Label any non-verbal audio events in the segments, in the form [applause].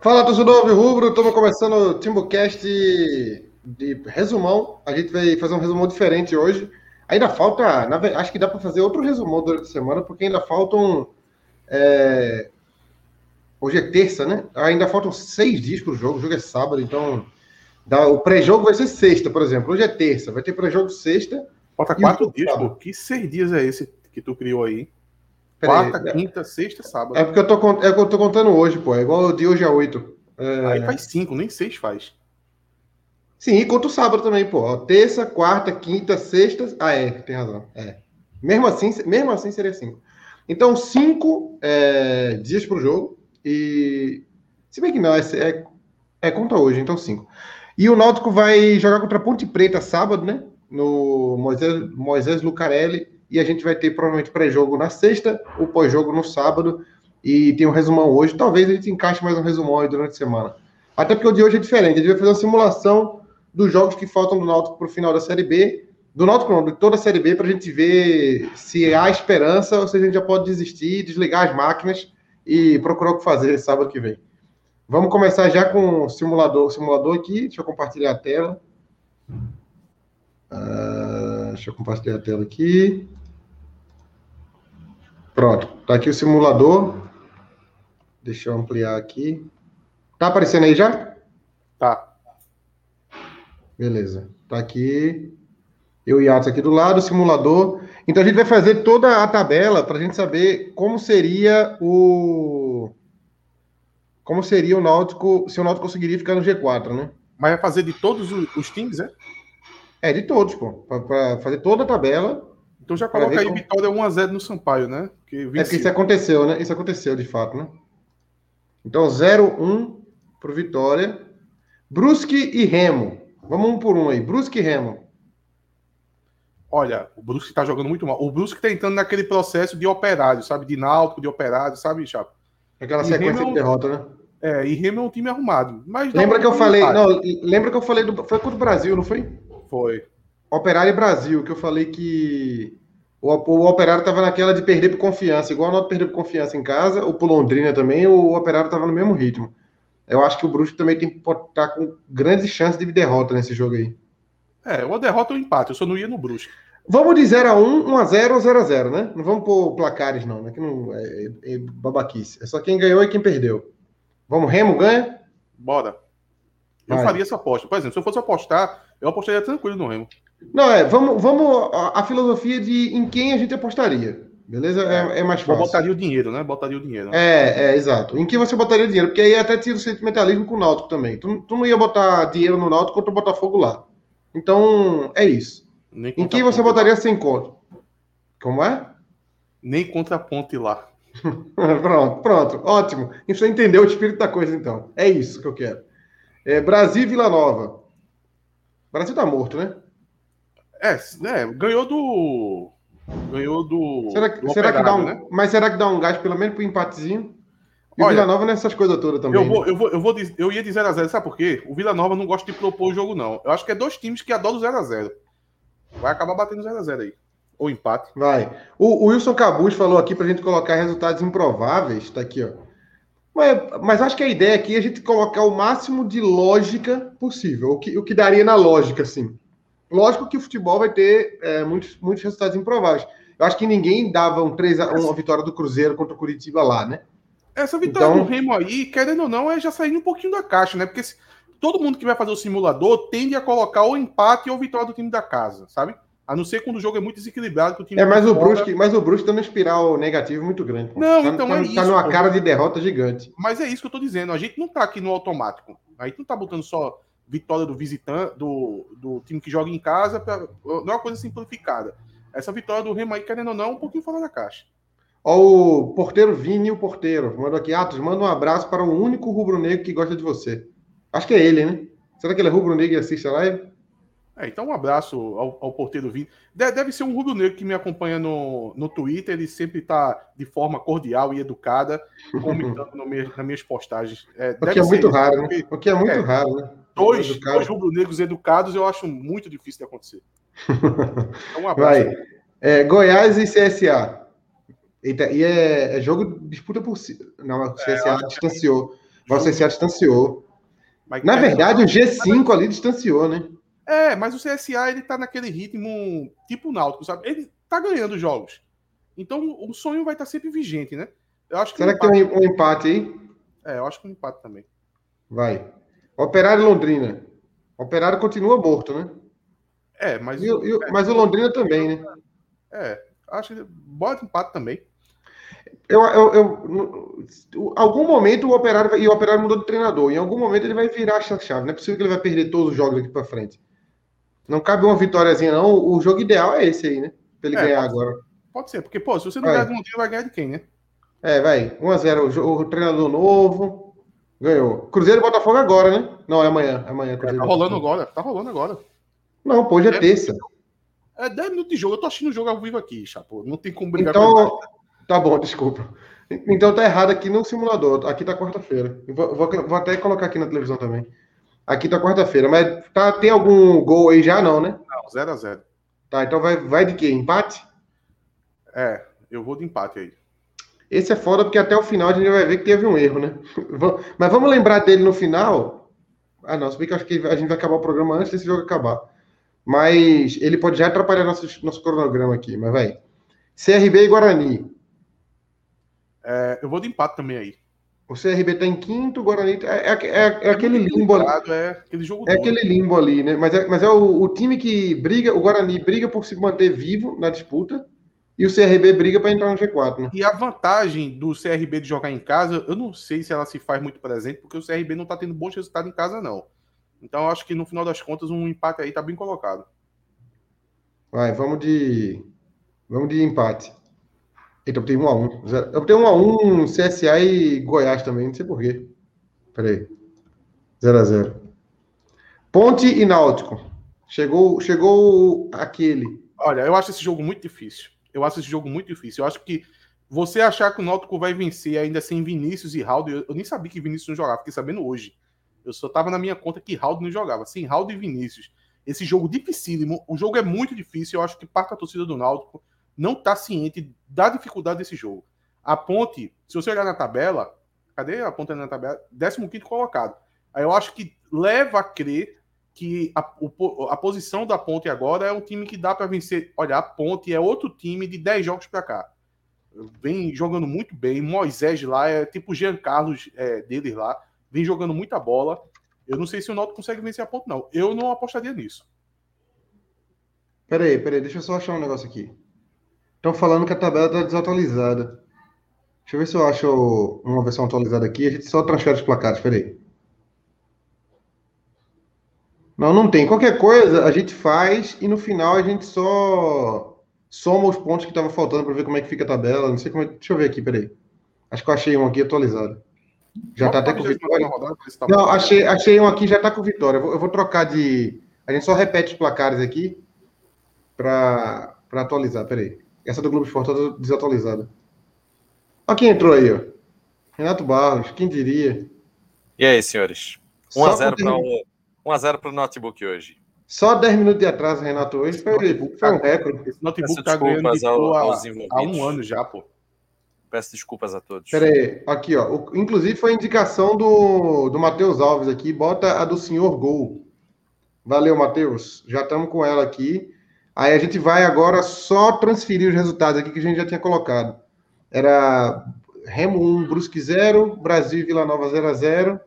Fala, torcedor do Rubro, estamos começando o TimbuCast de resumão. A gente vai fazer um resumão diferente hoje. Ainda falta, na ve- acho que dá para fazer outro resumão durante a semana, porque ainda faltam. é, Hoje é terça, né? Ainda faltam seis dias para o jogo. O jogo é sábado, então. dá- O pré-jogo vai ser sexta, por exemplo. Hoje é terça, vai ter pré-jogo sexta. Falta E quatro o dias, sábado? pô. Que seis dias é esse que tu criou aí? Peraí, Quarta, quinta, sexta, sábado. é porque eu tô, cont- é o que eu tô contando hoje, pô. É igual de hoje a oito. É, Aí faz cinco, nem seis faz. Sim, e conta o sábado também, pô. Ó, Terça, quarta, quinta, sexta. Ah, é, tem razão. É. Mesmo assim, mesmo assim seria cinco. Então, cinco é, dias pro jogo. E. Se bem que não, é, é, é conta hoje, então cinco. E o Náutico vai jogar contra a Ponte Preta sábado, né? No Moisés, Moisés Lucarelli. E a gente vai ter provavelmente pré-jogo na sexta, o pós-jogo no sábado. E tem um resumão hoje. Talvez a gente encaixe mais um resumão aí durante a semana. Até porque o de hoje é diferente. A gente vai fazer uma simulação dos jogos que faltam do Náutico para o final da Série B. Do Náutico, não, de toda a Série B, para a gente ver se há esperança ou se a gente já pode desistir, desligar as máquinas e procurar o que fazer sábado que vem. Vamos começar já com o simulador, o simulador aqui. Deixa eu compartilhar a tela. Ah, deixa eu compartilhar a tela aqui. Pronto, tá aqui o simulador. Deixa eu ampliar aqui. Tá aparecendo aí já? Tá. Beleza. Tá aqui. Eu e Atos aqui do lado, simulador. Então a gente vai fazer toda a tabela para a gente saber como seria o. Como seria o Náutico, se o Náutico conseguiria ficar no G4, né? Mas vai fazer de todos os, os times, é? É, de todos, pô. Para fazer toda a tabela. É Então já Pra coloca ver aí como- vitória 1x0 no Sampaio, né? Porque É porque venceu. isso aconteceu, né? Isso aconteceu de fato, né? Então 0-1 pro Vitória. Brusque e Remo. Vamos um por um aí. Brusque e Remo. Olha, o Brusque tá jogando muito mal. O Brusque tá entrando naquele processo de operário, sabe? De náutico, de operário, sabe, Chapa? Aquela E sequência Remo- de derrota, né? É, e Remo é um time arrumado. Mas dá Lembra um- que eu um falei, empate. não, lembra que eu falei do foi contra o Brasil, não foi? Foi. Operário e Brasil, que eu falei que o, o Operário estava naquela de perder por confiança, igual o Náutico perdeu por confiança em casa, o pro Londrina também, o Operário estava no mesmo ritmo. Eu acho que o Brusque também tem que estar com grandes chances de derrota nesse jogo aí. É, ou derrota ou empate. Eu só não ia no Brusque. Vamos de 0x1, 1x0 ou 0x0, né? Não vamos pôr placares, não, né? Que não é, é- é babaquice. É só quem ganhou e quem perdeu. Vamos, Remo ganha? Bora. Eu Vai. faria essa aposta. Por exemplo, se eu fosse apostar, eu apostaria tranquilo no Remo. Não, é, vamos, vamos a, a filosofia de em quem a gente apostaria, beleza? É, é mais Bom, fácil. botaria o dinheiro, né? Botaria o dinheiro. né? É, é, exato. Em quem você botaria dinheiro? Porque aí é até tira o sentimentalismo com o Náutico também. Tu, tu não ia botar dinheiro no Náutico contra o Botafogo lá. Então, é isso. Nem Em contra quem a você ponte- botaria sem conto? Como é? [laughs] Nem contra a ponte lá. pronto, pronto. Ótimo. A gente já entendeu o espírito da coisa, então. É isso que eu quero. É, Brasil e Vila Nova. Brasil tá morto, né? É, s- é, ganhou do. Ganhou do. Será, que- do será que dá Operário, um, né? Mas será que dá um gás pelo menos pro empatezinho? E o Olha, Vila Nova nessas coisas todas também. Eu, né? vou, eu, vou, eu, vou, diz- eu ia de 0x0, sabe por quê? O Vila Nova não gosta de propor o jogo, não. Eu acho que é dois times que adoram 0x0. Vai acabar batendo 0x0 aí. Ou empate. Vai. O, o Wilson Cabuz falou aqui pra gente colocar resultados improváveis. Tá aqui, ó. Mas, mas acho que a ideia aqui é a gente colocar o máximo de lógica possível. O que, o que daria na lógica, assim. Lógico que o futebol vai ter é, muitos, muitos resultados improváveis. Eu acho que ninguém dava um 3 a, uma vitória do Cruzeiro contra o Curitiba lá, né? Essa vitória Então- do Remo aí, querendo ou não, é já saindo um pouquinho da caixa, né? Porque se- todo mundo que vai fazer o simulador tende a colocar ou empate ou vitória do time da casa, sabe? A não ser quando o jogo é muito desequilibrado. Que o time É, mas o fora- Brusque, mas o Brusque tá numa espiral negativa muito grande. pô. Não, tá, então tá, é tá isso, numa pô. cara de derrota gigante. Mas é isso que eu tô dizendo. A gente não tá aqui no automático. A gente não tá botando só vitória do visitante, do, do time que joga em casa, pra, não é uma coisa simplificada. Essa vitória do Remo aí, querendo ou não, é um pouquinho fora da caixa. Ó, o porteiro Vini, o porteiro, mandou aqui, Atos, manda um abraço para o único rubro-negro que gosta de você. Acho que é ele, né? Será que ele é rubro-negro e assiste a live? É, então, um abraço ao, ao porteiro Vini. De- deve ser um rubro-negro que me acompanha no, no Twitter. Ele sempre tá de forma cordial e educada, comentando no meu- nas minhas postagens. É, O deve que é ser muito ele, raro, né? porque O que é muito É. raro, né? Dois, Educado. dois rubro-negros educados eu acho muito difícil de [laughs] acontecer. Então, um abraço. Vai. É, Goiás e É, CSA. Eita, e é, é jogo de disputa por si. Não, o CSA distanciou. O CSA distanciou. Mas- Na é, verdade, o G5 ali distanciou, né? É, mas o CSA ele tá naquele ritmo tipo o Náutico, sabe? Ele tá ganhando jogos. Então o sonho vai estar sempre vigente, né? Eu acho que Será um que tem empate- um um empate aí? É, eu acho que um empate também. Vai. Operário e Londrina. Operário continua morto, né? É, mas E o- e o- mas o Londrina também, né? é, acho que bota empate também. Eu, eu, eu- no- o- algum momento o Operário vai- e o Operário mudou de treinador. Em algum momento ele vai virar essa chave. Não é possível que ele vai perder todos os jogos aqui pra frente. Não cabe uma vitóriazinha, não. O jogo ideal é esse aí, né? Pra ele É, ganhar pode agora. Pode ser, porque pô, se você não Vai. ganhar de Londrina, vai ganhar de quem, né? É, vai. 1x0. O, jo- o treinador novo. Ganhou. Cruzeiro e Botafogo agora, né? Não, é amanhã. é Amanhã. Cruzeiro Tá e rolando Botafogo. agora, tá rolando agora. Não, pô, hoje é É. terça. É 10 minutos de jogo, eu tô assistindo o jogo ao vivo aqui, chapô. Não tem como brigar com ele. Então, tá bom, desculpa. Então tá errado aqui no simulador. Aqui tá quarta-feira. Eu Vou, vou- vou até colocar aqui na televisão também. Aqui tá quarta-feira, mas tá, tem algum gol aí já não, né? Não, 0x0. Tá, então vai, vai de quê? Empate? É, eu vou de empate aí. Esse é foda porque até o final a gente vai ver que teve um erro, né? [laughs] Va- Mas vamos lembrar dele no final. Ah, não, se bem que eu acho que a gente vai acabar o programa antes desse jogo acabar. Mas ele pode já atrapalhar nosso, nosso cronograma aqui, mas vai. CRB e Guarani. É, eu vou de empate também aí. O CRB tá em quinto, o Guarani. tá- É, é- é- é aquele limbo ali. Equilibrado, É aquele jogo É duro. aquele limbo ali, né? Mas é, mas é o, o time que briga, o Guarani briga por se manter vivo na disputa e o CRB briga para entrar no G4, né? E a vantagem do CRB de jogar em casa, eu não sei se ela se faz muito presente, porque o CRB não tá tendo bons resultados em casa, não. Então eu acho que no final das contas um empate aí tá bem colocado. Vai, vamos de. Vamos de empate. Eita, eu tenho 1 a 1 Zero- Eu tenho 1 a 1 CSA e Goiás também, não sei porquê. Peraí. 0 a 0 Ponte e Náutico. Chegou, chegou aquele. Olha, eu acho esse jogo muito difícil. Eu acho esse jogo muito difícil. Eu acho que você achar que o Náutico vai vencer ainda sem Vinícius e Raul, eu, eu nem sabia que Vinícius não jogava, fiquei sabendo hoje. Eu só tava na minha conta que Raul não jogava, sem Raul e Vinícius. Esse jogo dificílimo, o jogo é muito difícil, eu acho que parte da torcida do Náutico não tá ciente da dificuldade desse jogo. A Ponte, se você olhar na tabela, cadê a Ponte na tabela? 15º colocado. Aí eu acho que leva a crer que a, o po- a posição da Ponte agora é um time que dá para vencer. Olha, a Ponte é outro time de 10 jogos para cá. Vem jogando muito bem. Moisés lá é tipo o Jean Carlos é, deles lá. Vem jogando muita bola. Eu não sei se o Náutico consegue vencer a Ponte, não. Eu não apostaria nisso. Peraí, peraí, deixa eu só achar um negócio aqui. Estão falando que a tabela está desatualizada. Deixa eu ver se eu acho uma versão atualizada aqui. A gente só transfere os placares, peraí. Não, não tem. Qualquer coisa a gente faz e no final a gente só soma os pontos que estavam faltando para ver como é que fica a tabela. Não sei como é. Deixa eu ver aqui, peraí. Acho que eu achei um aqui atualizado. Já está até com vitória. tá Não, achei, achei um aqui, já tá com vitória. Eu vou, eu vou trocar de. A gente só repete os placares aqui pra, pra atualizar. Peraí. Essa do Globo Esporte tá desatualizada. Olha quem entrou aí, ó. Renato Barros, quem diria? E aí, senhores? Só com 1x0 dez- para o 1 a 0 pro notebook hoje. Só 10 minutos de atraso, Renato, hoje foi, foi um recorde. Esse Peço notebook tá ganhando desculpas de ao- boa aos há envolvidos. um ano já, pô. Peço desculpas a todos. Peraí, aqui, ó. O- inclusive foi indicação do, do Matheus Alves aqui. Bota a do senhor Gol. Valeu, Matheus. Já estamos com ela aqui. Aí a gente vai agora só transferir os resultados aqui que a gente já tinha colocado. Era Remo 1, Brusque 0, Brasil e Vila Nova 0 a 0.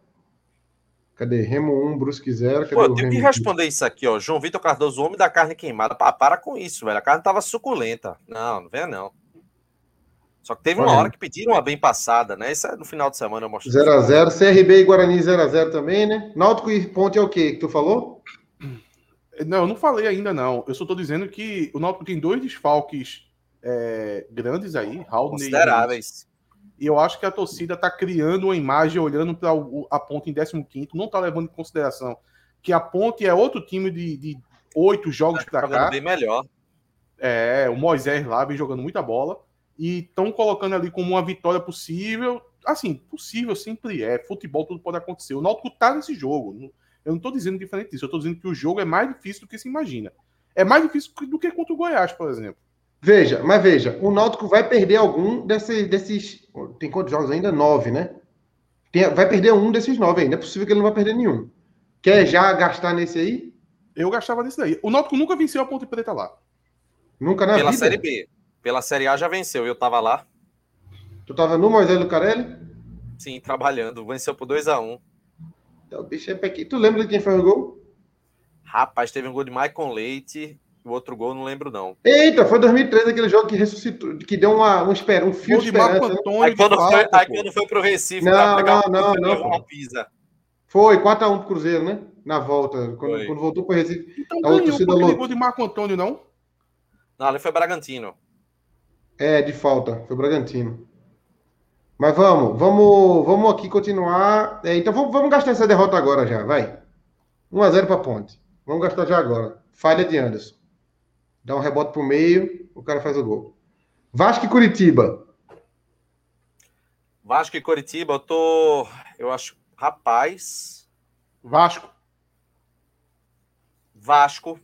Cadê? Remo 1, Brusque 0. Cadê Pô, o eu tenho que Remo? um? responder isso aqui, ó. João Vitor Cardoso, o homem da carne queimada. Pá, para com isso, velho. A carne tava suculenta. Não, não venha não. Só que teve uma Olha. hora que pediram uma bem passada, né? Isso é no final de semana eu mostro. 0 a 0, CRB e Guarani 0 a 0 também, né? Náutico e Ponte é o quê que tu falou? Não, eu não falei ainda, não. Eu só tô dizendo que o Náutico tem dois desfalques é, grandes aí, Raul e Consideráveis. E eu acho que a torcida está criando uma imagem olhando para a ponte em 15, não está levando em consideração que a ponte é outro time de, de oito jogos para Tá Jogando Tá? cá. bem melhor. É, o Moisés lá vem jogando muita bola. E estão colocando ali como uma vitória possível. Assim, possível sempre é. Futebol tudo pode acontecer. O Náutico tá nesse jogo. Não- Eu não tô dizendo diferente disso. Eu tô dizendo que o jogo é mais difícil do que se imagina. É mais difícil do que contra o Goiás, por exemplo. Veja, mas veja, o Náutico vai perder algum desse, desses. Tem quantos jogos ainda? Nove, né? Tem- vai perder um desses nove ainda. É possível que ele não vai perder nenhum. Quer já gastar nesse aí? Eu gastava nisso daí. O Náutico nunca venceu a Ponte Preta lá. Nunca na Pela vida. Série B. Pela Série A já venceu. Eu tava lá, Tu tava no Moisés Lucarelli? sim, trabalhando. Venceu por 2x1. O bicho é pequeno. Tu lembra de quem foi o gol? Rapaz, teve um gol de Maicon Leite. O outro gol não lembro, não. Eita, foi 2013 aquele jogo que ressuscitou, que deu uma, um, esper, um fio Gol de de Marco esperança. né? Antônio. Aí de quando, falta, foi, aí pô. quando foi pro Recife, Não, pra pegar não, uma, não, levou não, uma pisa. Foi 4x1 pro Cruzeiro, né? Na volta, quando, Foi. quando voltou pro Recife. Então a outra ganhou É torcida por aquele louca. gol de Marco Antônio, não? Não, ali foi Bragantino. É, de falta. Foi o Bragantino. Mas vamos, vamos, vamos aqui continuar. É, então vamos, vamos gastar essa derrota agora já, vai. 1x0 pra ponte. Vamos gastar já agora. Falha de Anderson. Dá um rebote pro meio, o cara faz o gol. Vasco e Curitiba. Vasco e Coritiba, eu tô. Eu acho. Rapaz. Vasco. Vasco.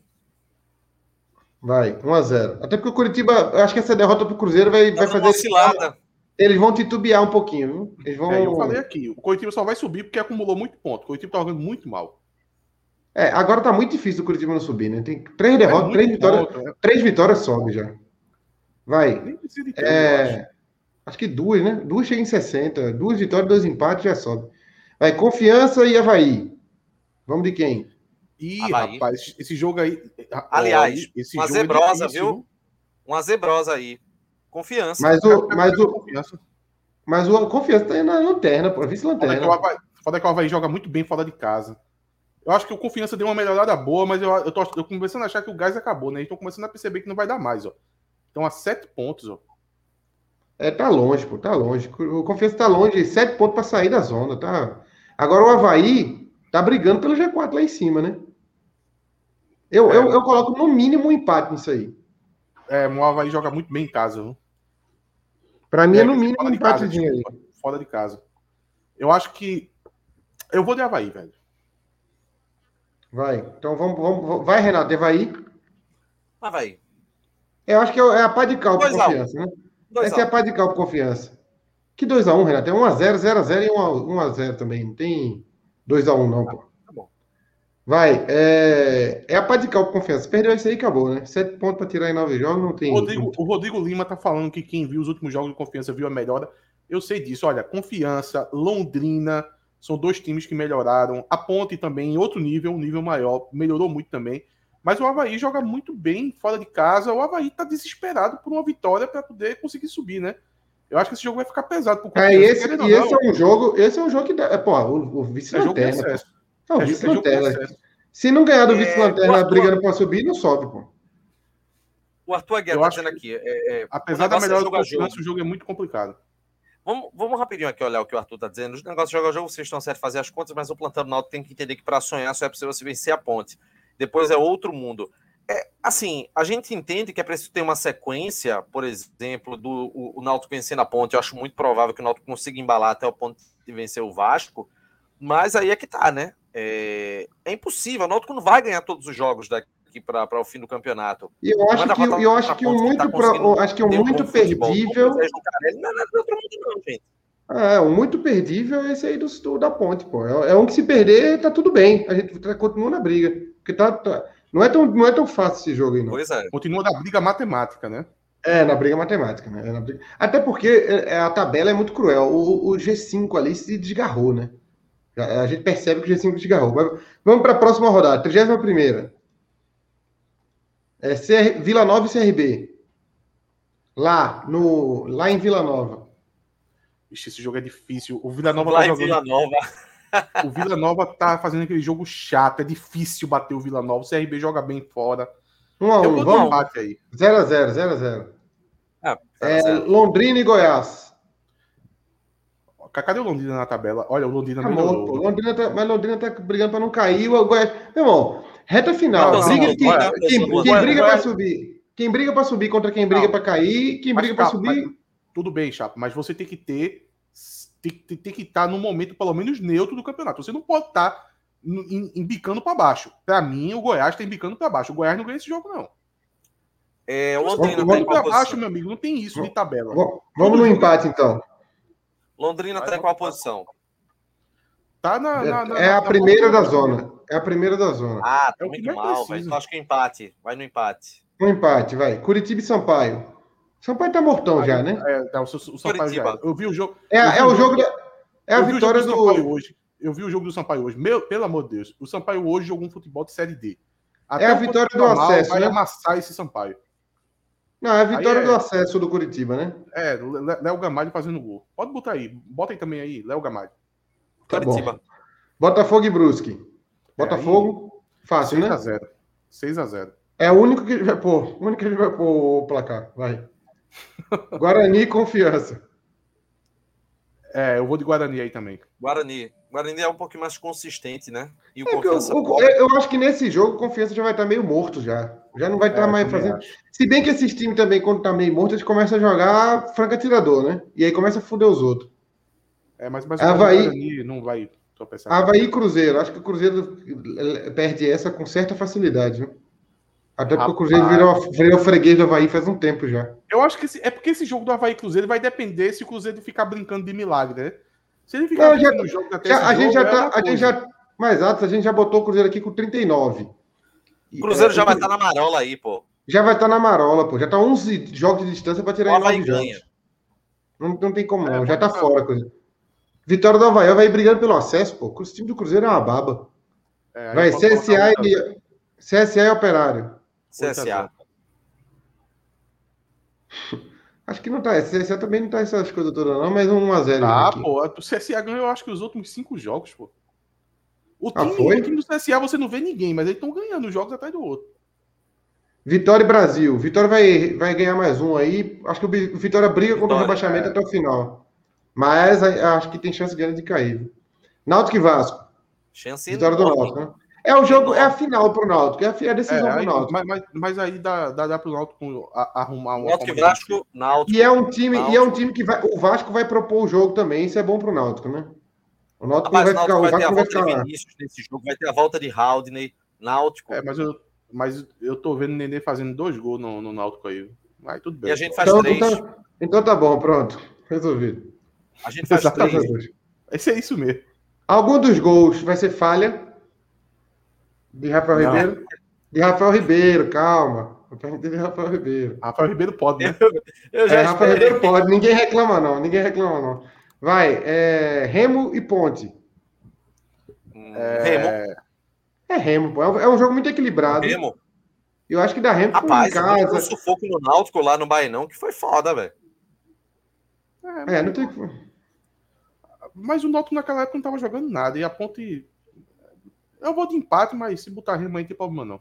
Vai, 1x0. Até porque o Curitiba, eu acho que essa derrota pro Cruzeiro vai, vai Tá dando fazer. uma oscilada. Eles vão titubear um pouquinho, viu? Eles vão. É, eu falei aqui. O Coritiba só vai subir porque acumulou muito ponto. O Coritiba tá jogando muito mal. É, agora tá muito difícil o Curitiba não subir, né? Tem três derrotas, muito três vitórias, ponto, né? três vitórias sobe já. Vai. Nem precisa de três, eu acho. É, acho que duas, né? Duas chega em 60. Duas vitórias, dois empates já sobe. Vai, confiança e Havaí. Vamos de quem? Ih, Havaí. rapaz, esse jogo aí. ah, Aliás, ó, esse uma jogo é zebrosa, difícil, viu? Uma zebrosa aí. Confiança. Mas o, mas o, Confiança. mas o confiança tá aí na lanterna, pô, Foda é que, o vice-lanterna. Havaí, foda que o Havaí joga muito bem fora de casa. Eu acho que o Confiança deu uma melhorada boa, mas eu, eu tô, eu começando a achar que o gás acabou, né? E tô começando a perceber que não vai dar mais, ó. Então, a sete pontos, ó. É, tá longe, pô, tá longe. O Confiança tá longe, sete pontos pra sair da zona, tá? Agora o Havaí tá brigando pelo G4 lá em cima, né? Eu, eu, eu coloco no mínimo um empate nisso aí. É, o Havaí joga muito bem em casa, viu? Pra mim é, É, no mínimo fora um de casa, empatezinho aí. desculpa, Fora de casa. Eu acho que. Eu vou de Havaí, velho. Vai. Então vamos, vamos, vamos- vai, Renato, Havaí. é Havaí. Eu acho que é a pá de cal pro Dois a um. Confiança, né? Dois Essa é a a pá de cal pro Confiança. Que 2x1, Renato? É 1x0, 0x0 e 1x0 também. Não tem 2x1, não, pô. tá bom. Vai. É, é a pá de cal pro Confiança. Perdeu isso aí, acabou, né? Sete pontos pra tirar em nove jogos, não tem. O Rodrigo, o Rodrigo Lima tá falando que quem viu os últimos jogos de confiança viu a melhora. Eu sei disso. Olha, confiança, Londrina são dois times que melhoraram. A Ponte também, em outro nível, um nível maior, melhorou muito também. Mas o Havaí joga muito bem fora de casa. O Havaí tá desesperado por uma vitória para poder conseguir subir, né? Eu acho que esse jogo vai ficar pesado. pro É, Confiança, e esse, querendo e ou não, esse é um jogo, esse é um jogo que dá, é, pô, o, o é jogo de vice-lanterna. excesso. pô. É o É jogo de vice-lanterna. excesso. Se não ganhar do É, vice-lanterna Arthur- brigando pra subir, não sobe, pô. O Arthur Aguiar Eu tá acho dizendo aqui. é, é, Apesar O da negócio é melhor do jogo a jogo. confiança, o jogo é muito complicado. Vamos, vamos rapidinho aqui olhar o que o Arthur tá dizendo. Os negócios joga jogo, vocês estão certos de fazer as contas, mas o plantão do Náutico tem que entender que para sonhar só é possível se vencer a ponte. Depois é outro mundo. É, assim, a gente entende que é preciso ter uma sequência, por exemplo, do o, o Náutico vencendo a ponte. Eu acho muito provável que o Náutico consiga embalar até o ponto de vencer o Vasco, mas aí é que tá, né? É, é impossível. O Náutico não vai ganhar todos os jogos daqui para o fim do campeonato. E eu acho Manda que, botar e eu acho que o pontos que muito, tá pro- conseguindo acho que o Tem um É muito bom futebol, perdível, como o Sérgio Lucarelli, Não é nada do outro mundo, não, gente. é, o muito perdível é esse aí do, do- da ponte, pô. É, é um que se perder, tá tudo bem. A gente tá- continua na briga. Porque tá, tá- não, é tão, não é tão fácil esse jogo aí, não. Pois é. Continua da briga matemática, né? É, na briga matemática, né? É na briga- Até porque é, é, a tabela é muito cruel. O, o G5 ali se desgarrou, né? A, a gente percebe que o G5 desgarrou. Mas vamos para a próxima rodada, 31ª. É CR Vila Nova e CRB. Lá, no, lá em Vila Nova. Vixe, esse jogo é difícil. O Vila Nova Lá tá em jogando. Vila Nova. O Vila Nova tá fazendo aquele jogo chato. É difícil bater o Vila Nova. O CRB joga bem fora. 1 a 1 Eu vou dar um vamos? empate aí. 0 a 0 0 a 0 Ah, Tá É, Londrina e Goiás. Cadê o Londrina na tabela? Olha, o Londrina Acabou, pô. melhorou. Londrina tá, mas Londrina tá brigando para não cair. O Goiás... Meu irmão, reta final. Não, não, briga não, quem, quem- olha, eu sou- quem Goiás- briga para Goiás- subir. Quem briga para subir contra quem briga Não. para cair. Quem Mas briga para tá, subir. Tudo bem, Chapo, mas você tem que ter. Tem, tem- tem que estar num momento, pelo menos, neutro do campeonato. Você não pode tá estar embicando para baixo. Para mim, o Goiás tá embicando para baixo. O Goiás não ganha esse jogo, não. É, o Vamos- Londrina tá em vamos Embicando qual para baixo, posição? meu amigo. Não tem isso de tabela. Vamos vamos no empate, então. Londrina tá em qual posição? Tá na. na- na- É a na- primeira da zona. É a primeira da zona. Ah, É tá o que muito mais mal, precisa. velho. Então acho que o empate. Vai no empate. Um empate, vai. Curitiba e Sampaio. Sampaio tá mortão já, né? É, tá, o, o Sampaio já era. Eu vi o jogo. É, é o jogo da. É a eu vi o vitória jogo Sampaio do. hoje. Eu vi o jogo do Sampaio hoje. Meu, pelo amor de Deus. O Sampaio hoje jogou um futebol de Série D. É a o vitória do Pantanal acesso, Vai né? amassar esse Sampaio. Não, é a vitória Aí é- do acesso do Curitiba, né? É, Le- Léo Gamalho fazendo gol. Pode botar aí. Bota aí também aí, Léo Gamalho. Tá bom. Curitiba. Botafogo e Brusque. Botafogo, fácil, né? 6x0. 6x0. É o único que ele vai pôr. O único que ele vai pôr o placar. [laughs] Vai. Guarani e confiança. É, eu vou de Guarani aí também. Guarani. Guarani é um pouquinho mais consistente, né? E o É porque eu, confiança. eu- eu acho que nesse jogo o confiança já vai estar meio morto já. Já não vai estar É, mais também fazendo. Se bem que esses times também, quando tá meio morto, eles começam a jogar franca tirador, né? E aí começa a fuder os outros. É, mas, mas Havaí. o Guarani não vai tropeçar. Havaí e Cruzeiro. Acho que o Cruzeiro eh, perde essa com certa facilidade, viu? Até porque o Cruzeiro virou, virou freguês do Havaí faz um tempo já. Eu acho que esse- é porque esse jogo do Havaí e Cruzeiro vai depender se o Cruzeiro ficar brincando de milagre, né? Se ele ficar Não, já- no jogo até Já- esse a gente já jogo, é tá. uma A gente coisa. já, mais alto, a gente já botou o Cruzeiro aqui com 39. O Cruzeiro É, já o vai estar na marola aí, pô. Já vai estar na marola, pô. Já tá 11 jogos de distância para tirar em O Havaí 9 ganha. jogos. Não, não tem como, É, não. mas Já tá não- fora a coisa. Vitória do Havaí vai brigando pelo acesso, pô. O time do Cruzeiro é uma baba. É, aí Vai, pode colocar CSA outra- e, CSA e Operário. CSA. Acho que não tá. CSA também não tá essas coisas todas, não, mas um 1x0. Ah, aqui. pô, o CSA ganhou, eu acho que os últimos cinco jogos, pô. O Ah, time, foi? o time do CSA você não vê ninguém, mas eles estão ganhando jogos atrás do outro. Vitória e Brasil. Vitória vai, vai ganhar mais um aí. Acho que o Bi- o Vitória briga contra o Vitória, é. rebaixamento até o final. Mas a- acho que tem chance grande de cair. Náutico e Vasco. Chance Vitória do enorme. Náutico, né? É o jogo, é a final pro Náutico, é a, fi- é a É, decisão aí- pro Náutico. mas, mas, mas aí dá, dá, dá pro Náutico a- arrumar uma Náutico e forma de Vasco, Náutico. E é um time, e é um time que vai, o Vasco vai propor o jogo também, isso é bom pro Náutico, né? O Náutico vai Rapaz, o ficar, Náutico o vai ter a Vasco vai volta ficar de lá. Vinícius nesse jogo, vai ter a volta de Haldney, Náutico. É, mas eu, mas eu tô vendo o Nenê fazendo dois gols no, no Náutico aí. Mas tudo bem. e a gente faz Então, três. tá, então tá bom, pronto, resolvido. A gente faz três. Jesus. Esse é isso mesmo. Algum dos gols vai ser falha de Rafael Não. Ribeiro? De Rafael Ribeiro, calma. Eu perguntei de Rafael Ribeiro. Rafael Ribeiro pode, né? Eu É, já Rafael esperei. Ribeiro pode, ninguém reclama não, ninguém reclama não. Vai, é, Remo e Ponte. Hum, Remo. É Remo, pô. É um- é um jogo muito equilibrado. Remo. Eu acho que dá Remo ficou em Rapaz, o casa. sufoco no Náutico lá no Baenão, que foi foda, velho. É, não tem o que. Mas o Náutico naquela época não tava jogando nada. E a ponte. Eu vou de empate, mas se botar Remo aí, não tem problema não.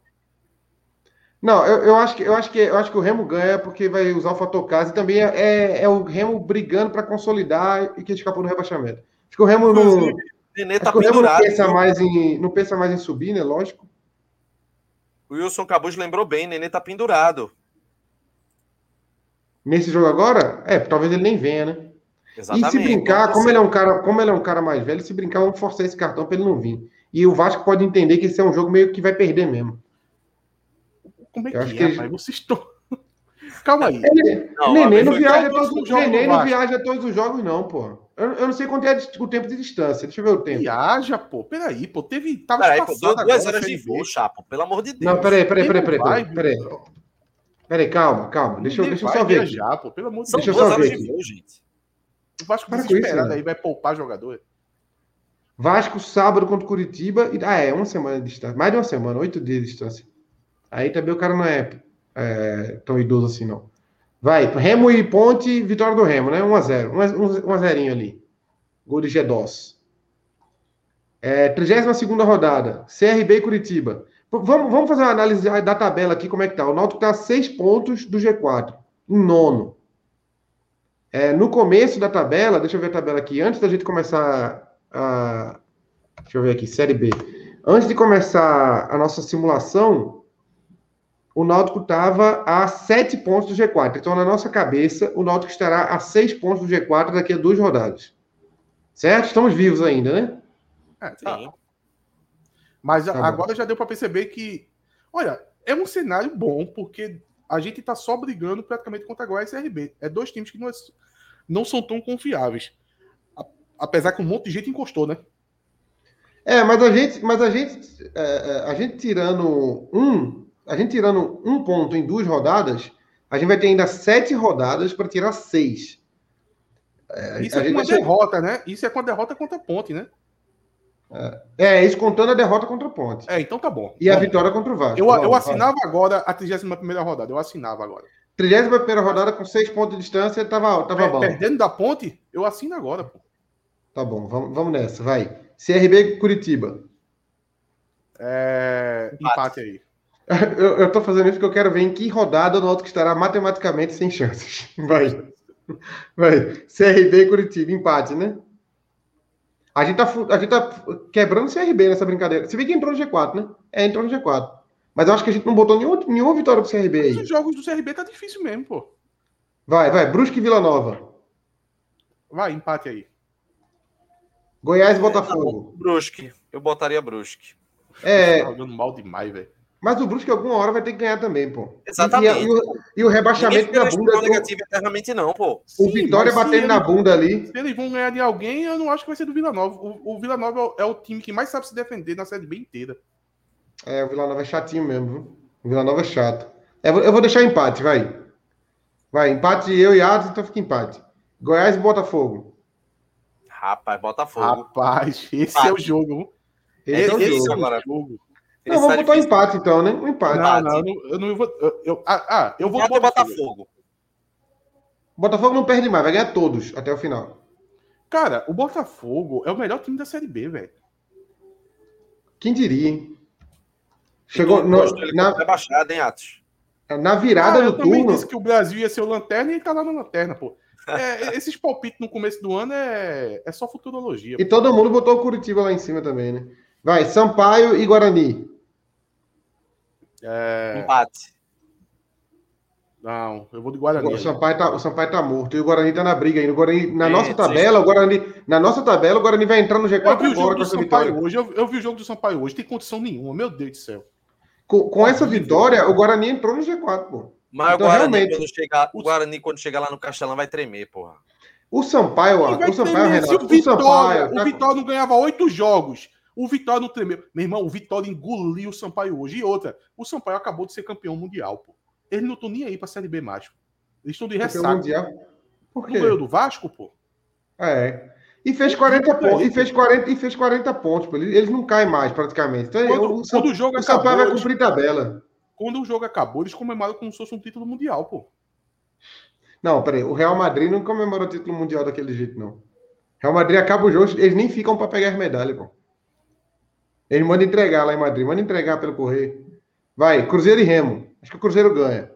Não, eu, eu acho que eu acho que eu acho que o Remo ganha porque vai usar o fator casa e também é, é, é o Remo brigando para consolidar e que escapou no rebaixamento. Acho que o Remo não, Inclusive, Nenê acho tá que o Remo não pendurado. pensa mais em não pensa mais em subir, né? Lógico. O Wilson Cabuz lembrou bem, Nenê tá pendurado. Nesse jogo agora, é, talvez ele nem venha, né? E Exatamente. se brincar, como ele é um cara, como ele é um cara mais velho, se brincar, vamos forçar esse cartão para ele não vir. E o Vasco pode entender que esse é um jogo meio que vai perder mesmo. Como é que Eu acho é, que Tá, ele- rapaz? Vocês estão. [laughs] Calma aí. Não, um Nenê mas não foi- viaja todos todos, os jogos Nenê do não Vasco. viaja todos os jogos, não, pô. Eu, eu não sei quanto é a dist- o tempo de distância. Deixa eu ver o tempo. Viaja, pô. Peraí, pô. Teve. Tava Peraí, pô, espaçado duas, duas agora, horas de Série B. voo, Chapo, pelo amor de Deus. Não, peraí, peraí, Ele peraí, não peraí, peraí. vai, Peraí, Bruno. Peraí, calma, calma. Deixa eu, Ninguém deixa eu vai só ver. aqui. viajar, pô. Pelo amor de São Deixa eu Deus. duas só horas ver de aqui. voo, gente. O Vasco Para com desesperado isso, né? aí vai poupar jogador. Vasco, sábado contra Curitiba. E, ah, é, uma semana de distância. Mais de uma semana, oito dias de distância. Aí também o cara não é, é, tão idoso assim, não. Vai, Remo e Ponte, vitória do Remo, né? 1x0. 1x0 ali. Gol de G2. É, 32 rodada. CRB e Curitiba. P- Vamos, vamos fazer uma análise da da tabela aqui, como é que tá. O Náutico tá a 6 pontos do G4, em nono. É, no começo da tabela, deixa eu ver a tabela aqui, antes da gente começar a. Ah, Deixa eu ver aqui, Série B. Antes de começar a nossa simulação, o Náutico estava a 7 pontos do G4. Então, na nossa cabeça, o Náutico estará a 6 pontos do G4 daqui a duas rodadas. Certo? Estamos vivos ainda, né? É, tá. Ah. Sim. Mas Tá bom. agora já deu para perceber que, olha, é um cenário bom, porque a gente tá só brigando praticamente contra a Goiás e CRB. É dois times que não, é- não são tão confiáveis. A- Apesar que um monte de gente encostou, né? É, mas a gente, mas a gente, é, a gente tirando um, a gente tirando um ponto em duas rodadas, a gente vai ter ainda sete rodadas para tirar seis. É, isso é com uma achou... derrota, né? Isso é com a derrota contra a Ponte, né? É, é isso contando a derrota contra a Ponte. É, então tá bom. E a tá bom. vitória contra o Vasco. Eu, eu assinava agora a 31ª rodada, eu assinava agora. 31ª rodada com seis pontos de distância, tava, tava é, bom. Perdendo da Ponte, eu assino agora, pô. Tá bom, vamos, vamos nessa, vai. CRB Curitiba. [laughs] É... Empate aí. Eu, eu tô fazendo isso porque eu quero ver em que rodada o Náutico estará matematicamente sem chances. [laughs] Vai. Vai. CRB Curitiba, empate, né? A gente, tá, a gente tá quebrando o CRB nessa brincadeira. Se bem que entrou no G4, né? É, entrou no G4. Mas eu acho que a gente não botou nenhum, nenhuma vitória pro CRB aí. Os jogos do CRB tá difícil mesmo, pô. Vai, vai. Brusque e Vila Nova. Vai, empate aí. Goiás e Botafogo. É, Brusque. Eu botaria Brusque. É. Tá jogando mal demais, velho. Mas o Brusque alguma hora vai ter que ganhar também, pô. Exatamente. E, e, o, e o, rebaixamento na bunda. então. Não negativo eternamente, não, pô. O assim, Sim, Vitória batendo ele, na bunda ali. Se eles vão ganhar de alguém, eu não acho que vai ser do Vila Nova. O, o Vila Nova é o, é o, time que mais sabe se defender na série B inteira. É, o Vila Nova é chatinho mesmo, viu? O Vila Nova é chato. Eu, eu vou deixar empate, vai. Vai, empate eu e Atos, então fica empate. Goiás e Botafogo. Rapaz, Botafogo. Rapaz, [laughs] esse empate. é o jogo. Esse, é o jogo. Esse agora. jogo. Não, vamos botar difícil. empate então, né? Um empate. Não, não, eu não, eu não vou. Eu, eu, ah, eu vou botar Botafogo. Botafogo não perde mais, vai ganhar todos até o final. Cara, o Botafogo é o melhor time da Série B, velho. Quem diria, hein? Chegou no, na rebaixada, hein, Atos? Na virada ah, do turno. Eu disse que o Brasil ia ser o lanterna e ele tá lá na lanterna, pô. É, [laughs] esses palpites no começo do ano é, é só futurologia. E pô. todo mundo botou o Curitiba lá em cima também, né? Vai, Sampaio e Guarani. É... Empate. Não, eu vou de Guarani. O Sampaio, tá, o Sampaio tá morto e o Guarani tá na briga ainda. O Guarani, na é, nossa tabela, o Guarani, na nossa tabela, o Guarani vai entrar no G4 eu vi é o jogo do Sampaio vitória. hoje. Eu, eu, vi o jogo do Sampaio hoje, tem condição nenhuma, meu Deus do céu. Com, com essa é vitória, o Guarani entrou no G4, pô. Mas então, o, Guarani, realmente... quando chegar, o Guarani, quando chegar lá no Castelão, vai tremer, porra. O Sampaio, ó, o Sampaio, tremer, Renato, o Vitória, o, Sampaio, tá... o Vitória não ganhava oito jogos. O Vitória não tremeu. Meu irmão, o Vitória engoliu o Sampaio hoje. E outra, o Sampaio acabou de ser campeão mundial, pô. Eles não estão nem aí pra Série B mais. Pô. Eles estão de ressaca. Mundial? Por quê? Não ganhou do Vasco, pô? É. E fez 40 pontos. E fez 40, e fez 40 pontos, pô. Eles não caem mais, praticamente. Então, quando, o, quando o, jogo o acabou, Sampaio vai cumprir tabela. Quando o jogo acabou, eles comemoraram como se fosse um título mundial, pô. Não, peraí. O Real Madrid não comemora o título mundial daquele jeito, não. Real Madrid acaba o jogo, eles nem ficam para pegar as medalhas, pô. Ele manda entregar lá em Madrid, manda entregar pelo correio. Vai, Cruzeiro e Remo. Acho que o Cruzeiro ganha.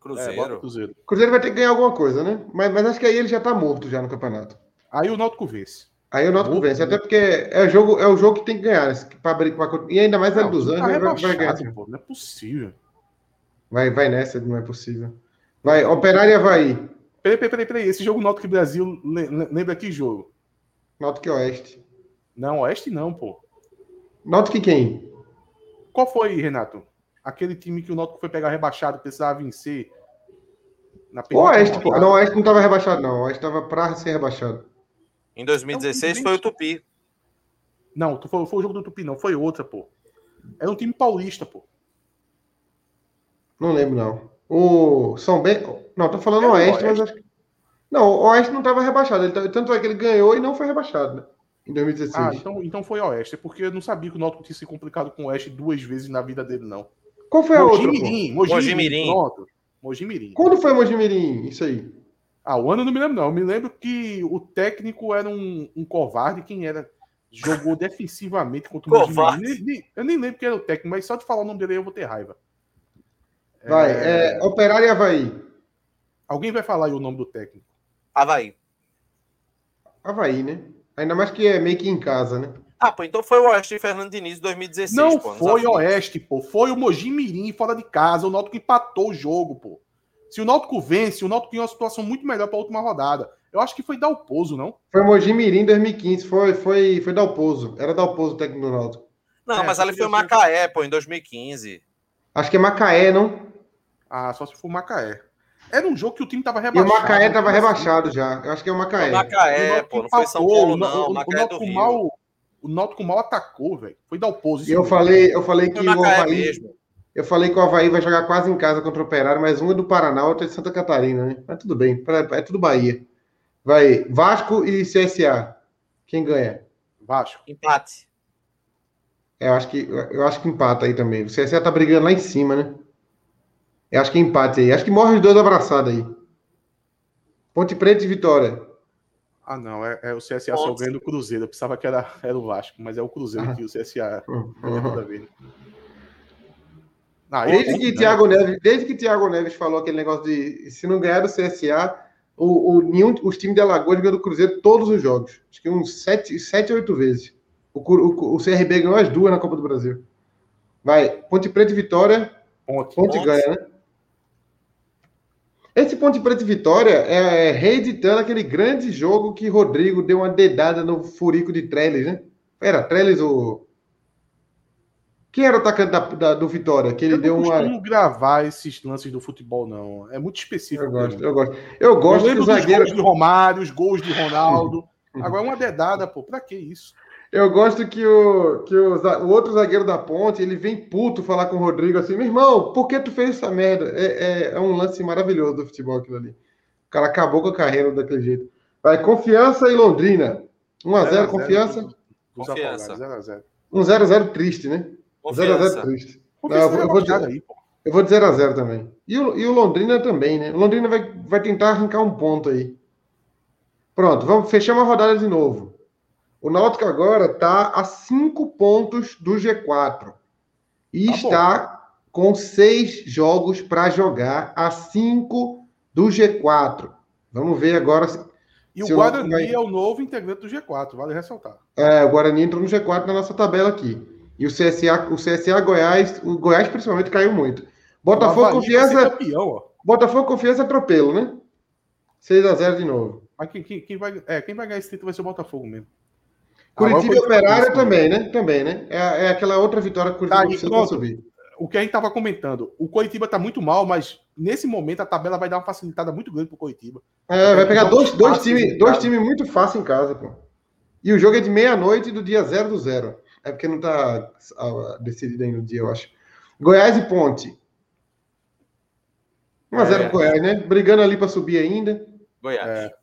Cruzeiro. É, Cruzeiro. Cruzeiro vai ter que ganhar alguma coisa, né? Mas, mas acho que aí ele já tá morto já no campeonato. Aí o Náutico vence. Aí o Náutico vence, até porque é jogo é o jogo que tem que ganhar, né? pra, pra, e ainda mais Vale dos né? Anjos tá vai, vai ganhar. Assim. Pô, não é possível. Vai, vai nessa, não é possível. Vai, Operária Havaí. Peraí, peraí, peraí, peraí. Esse jogo Náutico Brasil, lembra que jogo? Náutico e Oeste. Não, Oeste não, pô. Náutico que quem? Qual foi, Renato? Aquele time que o Náutico foi pegar rebaixado, precisava vencer. Na o Oeste, pô. Não, o Oeste não estava rebaixado, não. O Oeste estava para ser rebaixado. Em 2016 é um foi o Tupi. Não, foi, foi, o jogo do Tupi, não. Foi outra, pô. Era um time paulista, pô. Não lembro, não. O São Bento. Não, tô falando é Oeste, Oeste, mas acho que. Não, o Oeste não estava rebaixado. Ele, tanto é que ele ganhou e não foi rebaixado, né? Em 2016. Ah, então, então foi Oeste, porque eu não sabia que o Náutico tinha se complicado com o Oeste duas vezes na vida dele, não. Qual é foi a Mogi outra? Mirim, Mogi, Mogi Mirim. Pronto. Mogi Mirim. Quando foi Mogi Mirim, isso aí? Ah, o ano eu não me lembro, não. Eu me lembro que o técnico era um, um covarde, quem era? [laughs] Jogou defensivamente contra o Mogi Mirim. Eu nem lembro quem era o técnico, mas só de falar o nome dele aí eu vou ter raiva. Vai, é... é... Operário e Havaí. Alguém vai falar aí o nome do técnico? Havaí. Havaí, né? Ainda mais que é meio que em casa, né? Ah, pô, então foi o Oeste e Fernando Diniz 2016. Não pô, foi o Oeste, pô. Foi o Mogi Mirim fora de casa. O Náutico empatou o jogo, pô. Se o Náutico vence, o Náutico tem uma situação muito melhor para a última rodada. Eu acho que foi Dalpozo, não? Foi Mogi Mirim 2015. Foi, foi, foi Dalpozo. Era Dalpozo o técnico do Náutico. Não, é, mas ali foi o Macaé, pô, em 2015. Acho que é Macaé, não? Ah, só se for Macaé. Era um jogo que o time tava né? rebaixado. E o Macaé assim? tava rebaixado já. Eu acho que é o Macaé. O Macaé, é o pô, não foi São Paulo, não. O, o, o Macaé o do Rio. Mal, O Náutico mal atacou, velho. Foi dar o pose. né? Eu falei, eu falei que na o cara Havaí. mesmo. Eu falei que o Havaí vai jogar quase em casa contra o Operário, mas uma é do Paraná, outra é de Santa Catarina, né? Mas tudo bem, pra- é tudo Bahia. Vai Vasco e CSA. Quem ganha? Vasco. Empate. É, Eu acho que, eu acho que empata aí também. O CSA tá brigando lá em cima, né? Eu acho que empate aí. Acho que morre os dois abraçados aí. Ponte Preta e Vitória. Ah, não. É, é o CSA só Nossa. ganha do Cruzeiro. Eu pensava que era, era o Vasco, mas é o Cruzeiro Ah. que o CSA Uhum. ganha toda vez. né? Ah, Desde esse- que Thiago Neves, desde que Thiago Neves falou aquele negócio de se não ganhar do CSA, o, o, nenhum, os times de Alagoas ganham do Cruzeiro todos os jogos. Acho que uns 7, sete oito vezes. O, Cru- o, o CRB ganhou as duas na Copa do Brasil. Vai, Ponte Preta e Vitória, Ponte. Ponte Ponte. ganha, né? Esse Ponte Preta e Vitória é, é reeditando aquele grande jogo que Rodrigo deu uma dedada no furico de Trellis, né? Era Trellis o. Quem era o atacante da- da- do Vitória? Que ele Eu deu não uma. costumo gravar esses lances do futebol, não. É muito específico. Eu pra gosto, mim. eu gosto. Eu Eu gosto que lembro o dos zagueiro. gols de Romário, os gols de Ronaldo. [laughs] Agora uma dedada, pô. Pra que isso? Eu gosto que, o, que o, za- o outro zagueiro da ponte ele vem puto falar com o Rodrigo assim: meu irmão, por que tu fez essa merda? É, é, é um lance maravilhoso do futebol aquilo ali. O cara acabou com a carreira daquele jeito. Vai, confiança e Londrina. 1x0, Ah, confiança. Dos- dos Confiança. Afogados, 0 a 0. Um 0x0 triste, né? 0x0 Confiança. triste. Confiança Não, eu é vou- rebaixada aí, pô. Eu vou de 0x0 também. E o, e o Londrina também, né? O Londrina vai, vai tentar arrancar um ponto aí. Pronto, vamos fechar uma rodada de novo. O Náutico agora está a 5 pontos do G4. E Tá bom. está com 6 jogos para jogar a 5 do G4. Vamos ver agora. se- E Se o o Guarani Náutico é o novo integrante do G4, vale ressaltar. É, o Guarani entrou no G4 na nossa tabela aqui. E o CSA, o CSA Goiás, o Goiás principalmente caiu muito. O Botafogo, Havaí vai Confiança, ser campeão, ó. Botafogo confiança atropelo, né? 6x0 de novo. Mas quem, quem- quem vai, é, quem vai ganhar esse título vai ser o Botafogo mesmo. Curitiba e Agora Ah, foi Operário difícil, também, né? Também, né? É, é aquela outra vitória que o Curitiba Tá, e precisa pra pronto. subir. O que a gente tava comentando, o Coritiba tá muito mal, mas nesse momento a tabela vai dar uma facilitada muito grande pro Coritiba. É, vai pegar dois, dois, então, Fácil né? times, em dois casa. times muito fácil em casa, pô. E o jogo é de meia-noite do dia 0 do 0. É porque não tá ah, decidido ainda o dia, eu acho. Goiás e Ponte. 1x0 É. pro Goiás, né? Brigando ali pra subir ainda. Goiás. É,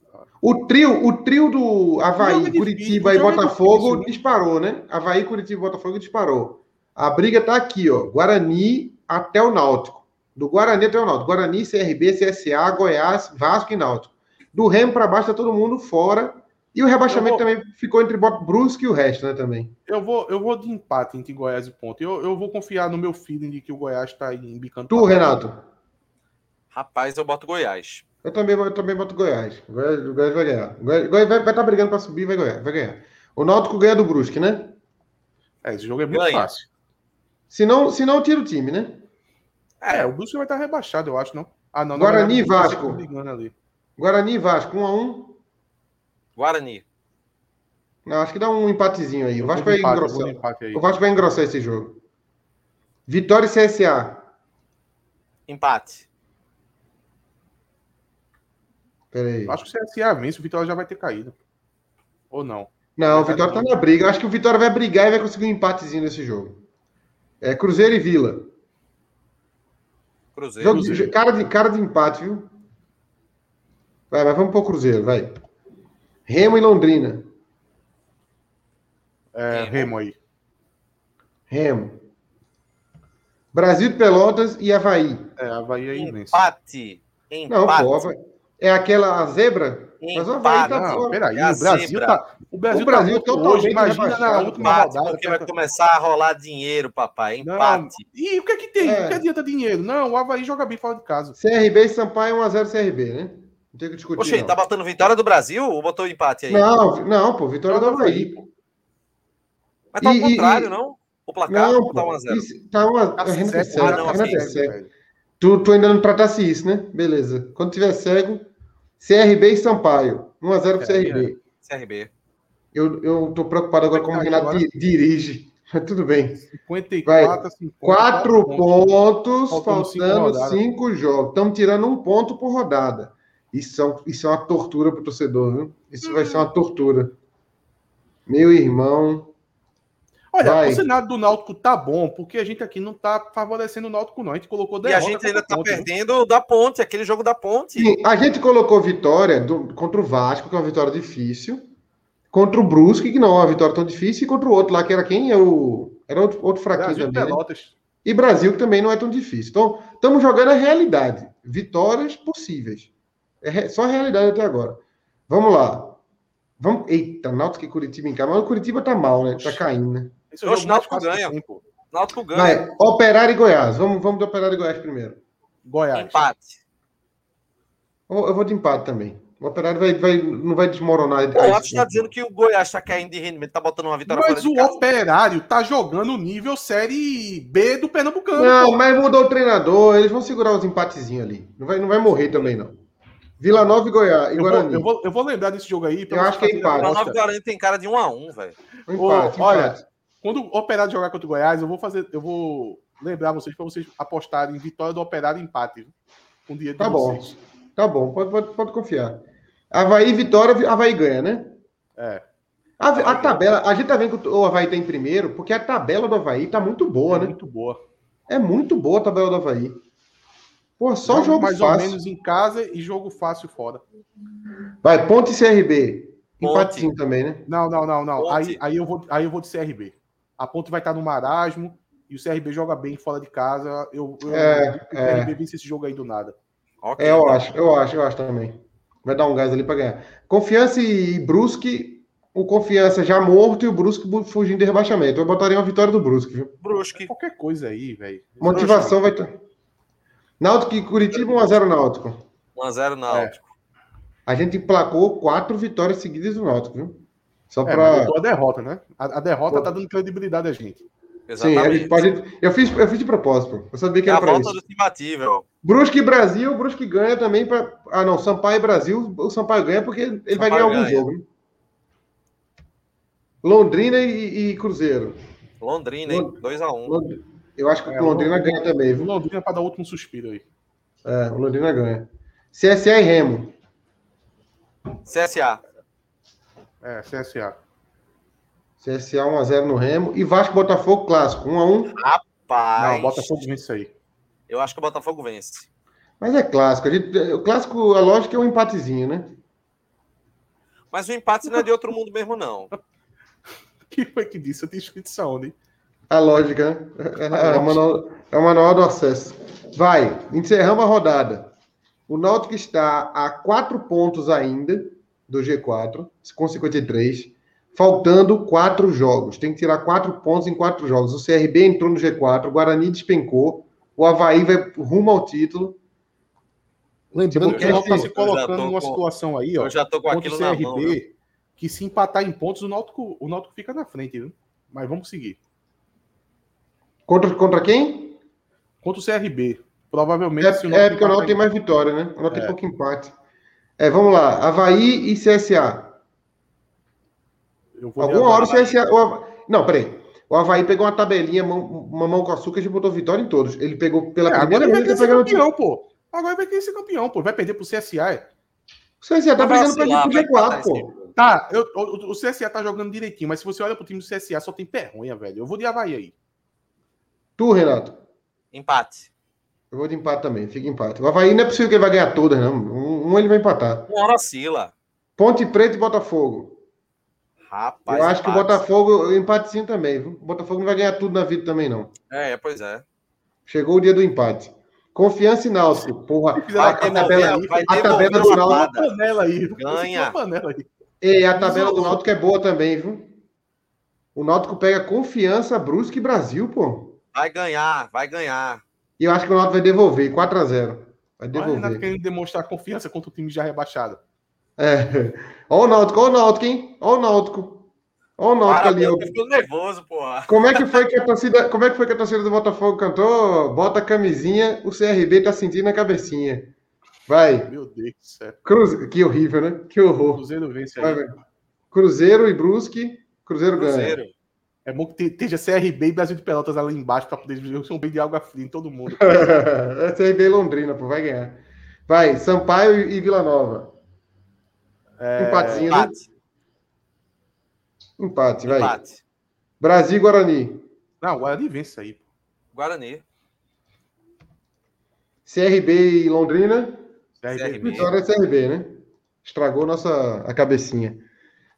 O trio, o trio do Jogo é Havaí, difícil, Curitiba e jogo é Botafogo difícil, né? disparou, né? Havaí, Curitiba e Botafogo disparou. A briga tá aqui, ó. Guarani até o Náutico. Do Guarani até o Náutico. Guarani, CRB, CSA, Goiás, Vasco e Náutico. Do Remo pra baixo tá todo mundo fora. E o rebaixamento Eu também ficou entre Bo- Brusque e o resto, né, também. Eu vou, eu vou de empate entre Goiás e Ponte. Eu, eu vou confiar no meu feeling de que o Goiás tá embicando. Tu, pra- Renato? Rapaz, eu boto Goiás. Eu também, eu também boto Goiás. Goiás, o Goiás vai ganhar. O Goiás, o Goiás vai estar brigando pra subir, vai ganhar, vai ganhar. O Náutico ganha do Brusque, né? É, esse jogo é muito Ganha. fácil. Se não, se não tira o time, né? É, o Brusque vai estar rebaixado, eu acho, não. Ah, não, Guarani e na verdade, o Brusque Vasco. tá brigando ali. Guarani e Vasco, 1 a 1 Guarani. Não, acho que dá um empatezinho aí. O Vasco Eu vou vai de empate, eu vou engrossar. de empate aí. O Vasco vai engrossar esse jogo. Vitória e CSA. Empate. Pera aí. Eu Acho que se a CSA vence, o Vitória já vai ter caído. Ou não. Não, o Vitória tá na briga. Eu Acho que o Vitória vai brigar e vai conseguir um empatezinho nesse jogo. É Cruzeiro e Vila. Cruzeiro. Jogo de- Cruzeiro. cara, de, cara de empate, viu? Vai, mas vamos pro Cruzeiro, vai. Remo e Londrina. É, Remo. Remo aí. Remo. Brasil de Pelotas e Havaí. É, Havaí aí vence. Empate. Não, Empate. pô, Havaí. É aquela a zebra? Mas o Havaí Empate. tá Não, fora. peraí, É a o Brasil zebra. tá. O Brasil, O Brasil tá morto totalmente hoje, imagina na rebaixado, última Empate, rodada. porque né, cara. vai começar a rolar dinheiro, papai. Não. Empate. E o que é que tem? É. O que adianta dinheiro? Não, o Havaí joga bem fora de casa. CRB e Sampaio 1x0 CRB, né? Não tem o que discutir. Oxe, não. tá botando vitória do Brasil ou botou empate aí? não, não, pô, vitória do Havaí. pô. Mas tá ao E- e- contrário, e- não? O placar Não, não, pô. tá 1x0. Isso, tá uma, Tá a Renan é certo, cego. não, a Renan assim, é velho. cego. Tu, tu ainda não tratasse isso, né? Beleza. Quando tiver cego, CRB e Sampaio. 1x0 pro É, CRB. CRB. Eu, eu tô preocupado agora como o Renato Agora- di- dirige. Mas tudo bem. 54, 50. Quatro pontos, Faltando cinco faltando rodadas. cinco jogos. Estamos tirando um ponto por rodada. Isso é, um- isso é uma tortura pro torcedor, viu? Isso vai ser uma tortura. Meu irmão, Olha, Vai. o cenário do Náutico tá bom, porque a gente aqui não tá favorecendo o Náutico, não. A gente colocou E a derrota. gente pra ainda tá Ponte, viu? perdendo da ponte, aquele jogo da ponte. Sim, a gente colocou vitória do- contra o Vasco, que é uma vitória difícil, contra o Brusque, que não é uma vitória tão difícil, e contra o outro lá, que era quem? Era, o, era outro, outro fraquinho Brasil e também. né? Pelotas. E Brasil, que também não é tão difícil. Então, estamos jogando a realidade. Vitórias possíveis. É re- só a realidade até agora. Vamos lá. Vamos... Eita, Náutico e Curitiba em casa. Mas o Curitiba tá mal, né? Tá caindo, né? Esse Oxe, jogo mais Náutico fácil que ganha. tem, pô. Náutico ganha. Vai, Operário e Goiás. Vamos, vamos de Operário e Goiás primeiro. Goiás. Empate. Eu eu vou de empate também. O Operário vai, vai- não vai desmoronar. O Atos tá dizendo que o Goiás tá caindo de rendimento, tá botando uma vitória fora Mas de o casa. Operário tá jogando nível Série B do Pernambucano. Não, pô. mas mudou o treinador. Eles vão segurar os empatezinhos ali. Não vai, não vai morrer também, não. Vila Nova e Goiás. E eu, vou, Guarani. eu, vou, eu vou lembrar desse jogo aí. pra Eu você acho que é fazer a empate. O aposta. Náutico Guarani tem cara de 1 a 1 velho. Um empate, Ô, olha, empate. Quando o Operário jogar contra o Goiás, eu vou fazer, eu vou lembrar vocês para vocês apostarem em vitória do Operário e empate. viu? Com o dinheiro de Tá bom. vocês. Tá bom, pode, pode, pode confiar. Havaí, vitória, Vi- Havaí ganha, né? É. A, a tabela, a gente tá vendo que o Havaí tá em primeiro, porque a tabela do Havaí tá muito boa, É né? Muito boa. É muito boa a tabela do Havaí. Pô, só jogo mais fácil. ou menos em casa e jogo fácil fora. Vai, Ponte e CRB. Ponte. Empatezinho também, né? Não, não, não, não. Ponte. Aí, aí eu vou, aí eu vou de CRB. A ponte vai estar no marasmo e o CRB joga bem fora de casa. Eu, eu- É, o é. CRB vence esse jogo aí do nada. Ok. É, tá. eu acho, eu acho, eu acho também. Vai dar um gás ali pra ganhar. Confiança e Brusque, o Confiança já morto e o Brusque bu- fugindo de rebaixamento. Eu botaria uma vitória do Brusque, viu? Brusque. Qualquer coisa aí, velho. Motivação vai ter. Náutico e Curitiba 1x0 Náutico. 1x0 É. Náutico. A gente emplacou quatro vitórias seguidas do Náutico, viu? Só É, pra. mas botou a derrota, né? A, a derrota Boa. tá dando credibilidade a gente. Sim, a Exatamente. gente pode. Eu fiz, eu fiz de propósito. pô. Eu sabia que É a era pra volta isso. do time ativo. Brusque e Brasil, Brusque ganha também para. Ah, não, Sampaio e Brasil. O Sampaio ganha porque ele vai Sampaio ganhar algum ganha. jogo, né? Londrina e, e Cruzeiro. Londrina, hein? 2x1. Lond- Eu acho que É, o Londrina Londrina- ganha também, O viu? Londrina para dar o último suspiro aí. É, o Londrina ganha. CSA e Remo. CSA. É, CSA. CSA 1x0 no Remo. E Vasco e Botafogo clássico, 1x1. Paz. Não, o Botafogo vence isso aí. [laughs] Eu acho que o Botafogo vence. Mas é clássico. A gente- o clássico, a lógica é um empatezinho, né? Mas o empate não é de outro mundo mesmo, não. Quem foi que disse? Eu tenho escrito isso aonde? hein? A lógica, né? É, é, é o manual, é o manual do acesso. Vai, encerramos a rodada. O Náutico está a quatro pontos ainda do G4, com 53, faltando quatro jogos. Tem que tirar quatro pontos em quatro jogos. O CRB entrou no G4, o Guarani despencou, o Havaí vai rumo ao título. Lembrando Tipo, que o Náutico tá se eu já tô colocando numa com- situação aí, ó. Eu já tô com Contra aquilo o na mão. né? viu? CRB, que se empatar em pontos, o Náutico, o Náutico fica na frente, viu? Mas vamos seguir. Contra, contra quem? Contra o CRB, provavelmente... se o É, Náutico tá é porque o Náutico tem empatar mais vitória, né? O Náutico tem É. pouco empate. É, vamos lá. Havaí e CSA. em- eu vou ler Alguma hora o agora. CSA. o Hava- Não, peraí. O Havaí pegou uma tabelinha, mão- mamão com açúcar e botou vitória em todos. Ele pegou pela É, agora primeira ele vai vez ele querer tá ser pegando o campeão, pô. Agora ele vai querer ser campeão, pô. Vai perder pro CSA, é? CSA tá Vai brigando pra gente vacilar, pro vai G4, empatar pô. esse jogo. Tá, eu- o, o CSA tá jogando direitinho, mas se você olha pro time do CSA, só tem perronha, velho. Eu vou de Havaí aí. Tu, Renato. Empate. Eu vou de empate também, fica empate. O Havaí não é possível que ele vai ganhar todas, não. Um, um ele vai empatar. Uma hora oscila. Ponte Preta e Botafogo. Rapaz. eu acho que o empate. Botafogo, empatezinho também, viu? O Botafogo não vai ganhar tudo na vida também, não. É, pois é. Chegou o dia do empate. Confiança e Náutico. Porra, Se quiser a, dar a uma tabela, devolver, vai a tabela devolver do uma Náutico. Uma Nada. panela aí. Ganha. Uma panela aí. E a tabela do Náutico é boa também, viu? O Náutico pega confiança, Brusque e Brasil, pô. Vai ganhar, vai ganhar. E eu acho que o Náutico vai devolver, 4 a 0 Vai Olha o Renato devolver. querendo demonstrar confiança contra o time já rebaixado. É. Ó o Náutico, ó o Náutico, hein? Ó o Náutico. Ó o Náutico ali. Parabéns, ó. eu fico nervoso, porra. Como é que foi que a torcida, como é que foi que a torcida do Botafogo cantou? Bota a camisinha, o CRB tá sentindo a cabecinha. Vai. Meu Deus do céu. Cruzeiro, que horrível, né? Que O horror. Cruzeiro vence Vai, aí. vai. Cruzeiro e Brusque. Cruzeiro, ganha. Cruzeiro. É bom que te- esteja CRB e Brasil de Pelotas ali embaixo pra poder ver um bem de água fria em todo mundo. [laughs] Essa aí veio Londrina, pô, vai ganhar. Vai, Sampaio e Vila Nova. Empatezinho, né? Empate. Empate, vai. Empate. Brasil e Guarani. Não, o Guarani vence aí. Guarani. CRB e Londrina. CRB. Vitória é CRB, né? Estragou nossa a cabecinha.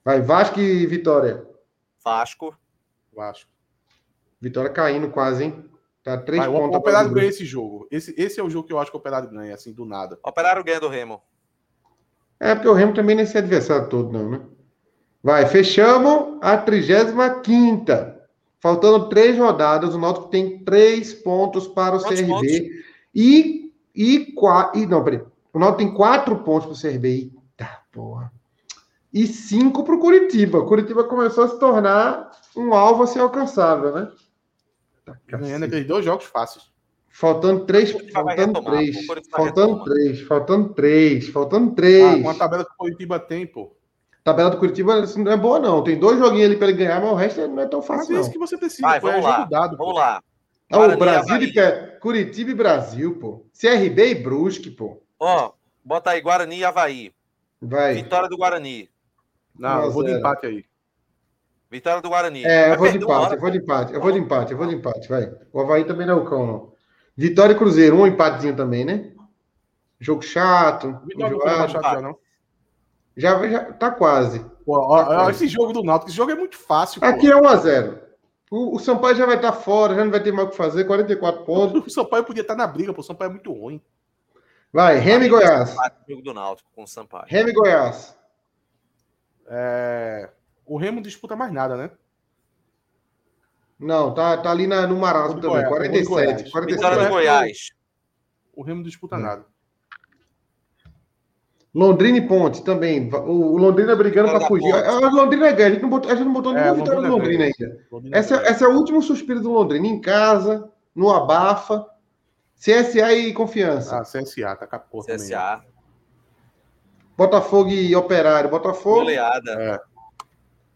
Vai, Vasco e Vitória. Vasco. Vasco. Vitória caindo quase, hein? Tá três Vai, o, o pontos. atrás Operário do ganha esse jogo. Esse, esse é o jogo que eu acho que o Operário ganha, assim, do nada. Operário ganha do Remo. É, porque o Remo também não é esse adversário todo, não, né? Vai, fechamos a 35. Faltando três rodadas, o Náutico tem três pontos para o Quantos CRB. pontos? E, e, qua- e. Não, peraí. O Náutico tem quatro pontos para o CRB. Eita porra. E cinco para o Curitiba. O Curitiba começou a se tornar um alvo a ser alcançável, né? Tá, Ganhando cacete. aqueles dois jogos fáceis. Faltando três, O Curitiba vai faltando retomar, três, o Curitiba faltando retoma. três, faltando três, faltando Ah, três. com a tabela que o Curitiba tem, pô. tabela do Curitiba assim, não é boa, não. Tem dois joguinhos ali para ele ganhar, mas o resto não é tão Mas fácil, é não. isso que né, você precisa. Vai, pô, é vamos lá. jogo dado, pô. Vamos lá. Ah, Guarani o e Brasil de Havaí. pé. Curitiba e Brasil, pô. CRB e Brusque, pô. Ó, bota aí Guarani e Havaí. Vai. Vitória do Guarani. Não, eu vou de Zero. empate aí. Vitória do É, Guarani. Vai eu vou de perder uma empate, hora, eu vou de empate, eu vou de empate, eu vou de empate, vai. O Havaí também não é o cão, não. Vitória e Cruzeiro, um empatezinho também, né? Jogo chato, Me dá um uma enjoado. baixada já, não. já, já tá quase. Pô, ó, ó, esse jogo do Náutico, esse jogo é muito fácil, pô. Aqui é 1x0. O, o Sampaio já vai estar fora, já não vai ter mais o que fazer, 44 pontos. O Sampaio podia estar na briga, pô. O Sampaio é muito ruim. Vai, Remy e Goiás. empate no jogo do Náutico com o Sampaio. Remy e Goiás. É, O Remo não disputa mais nada, né? Não, tá, tá ali na, no marasmo Vamos também. Goiás, vamos 47. Goiás. 47. Vitória do Goiás. O Remo não disputa Não. nada. Londrina e Ponte também. O o Londrina brigando Vitória para da fugir. Então, tá, Ponte. A a Londrina ganha. A gente não botou, a gente não botou É, nenhuma a vitória do Londrina Londrina ainda. Essa, essa é o último suspiro do Londrina. Em casa, no abafa. CSA e confiança. Ah, CSA, tá com a porra também. CSA. Botafogo e Operário. Botafogo Goleada.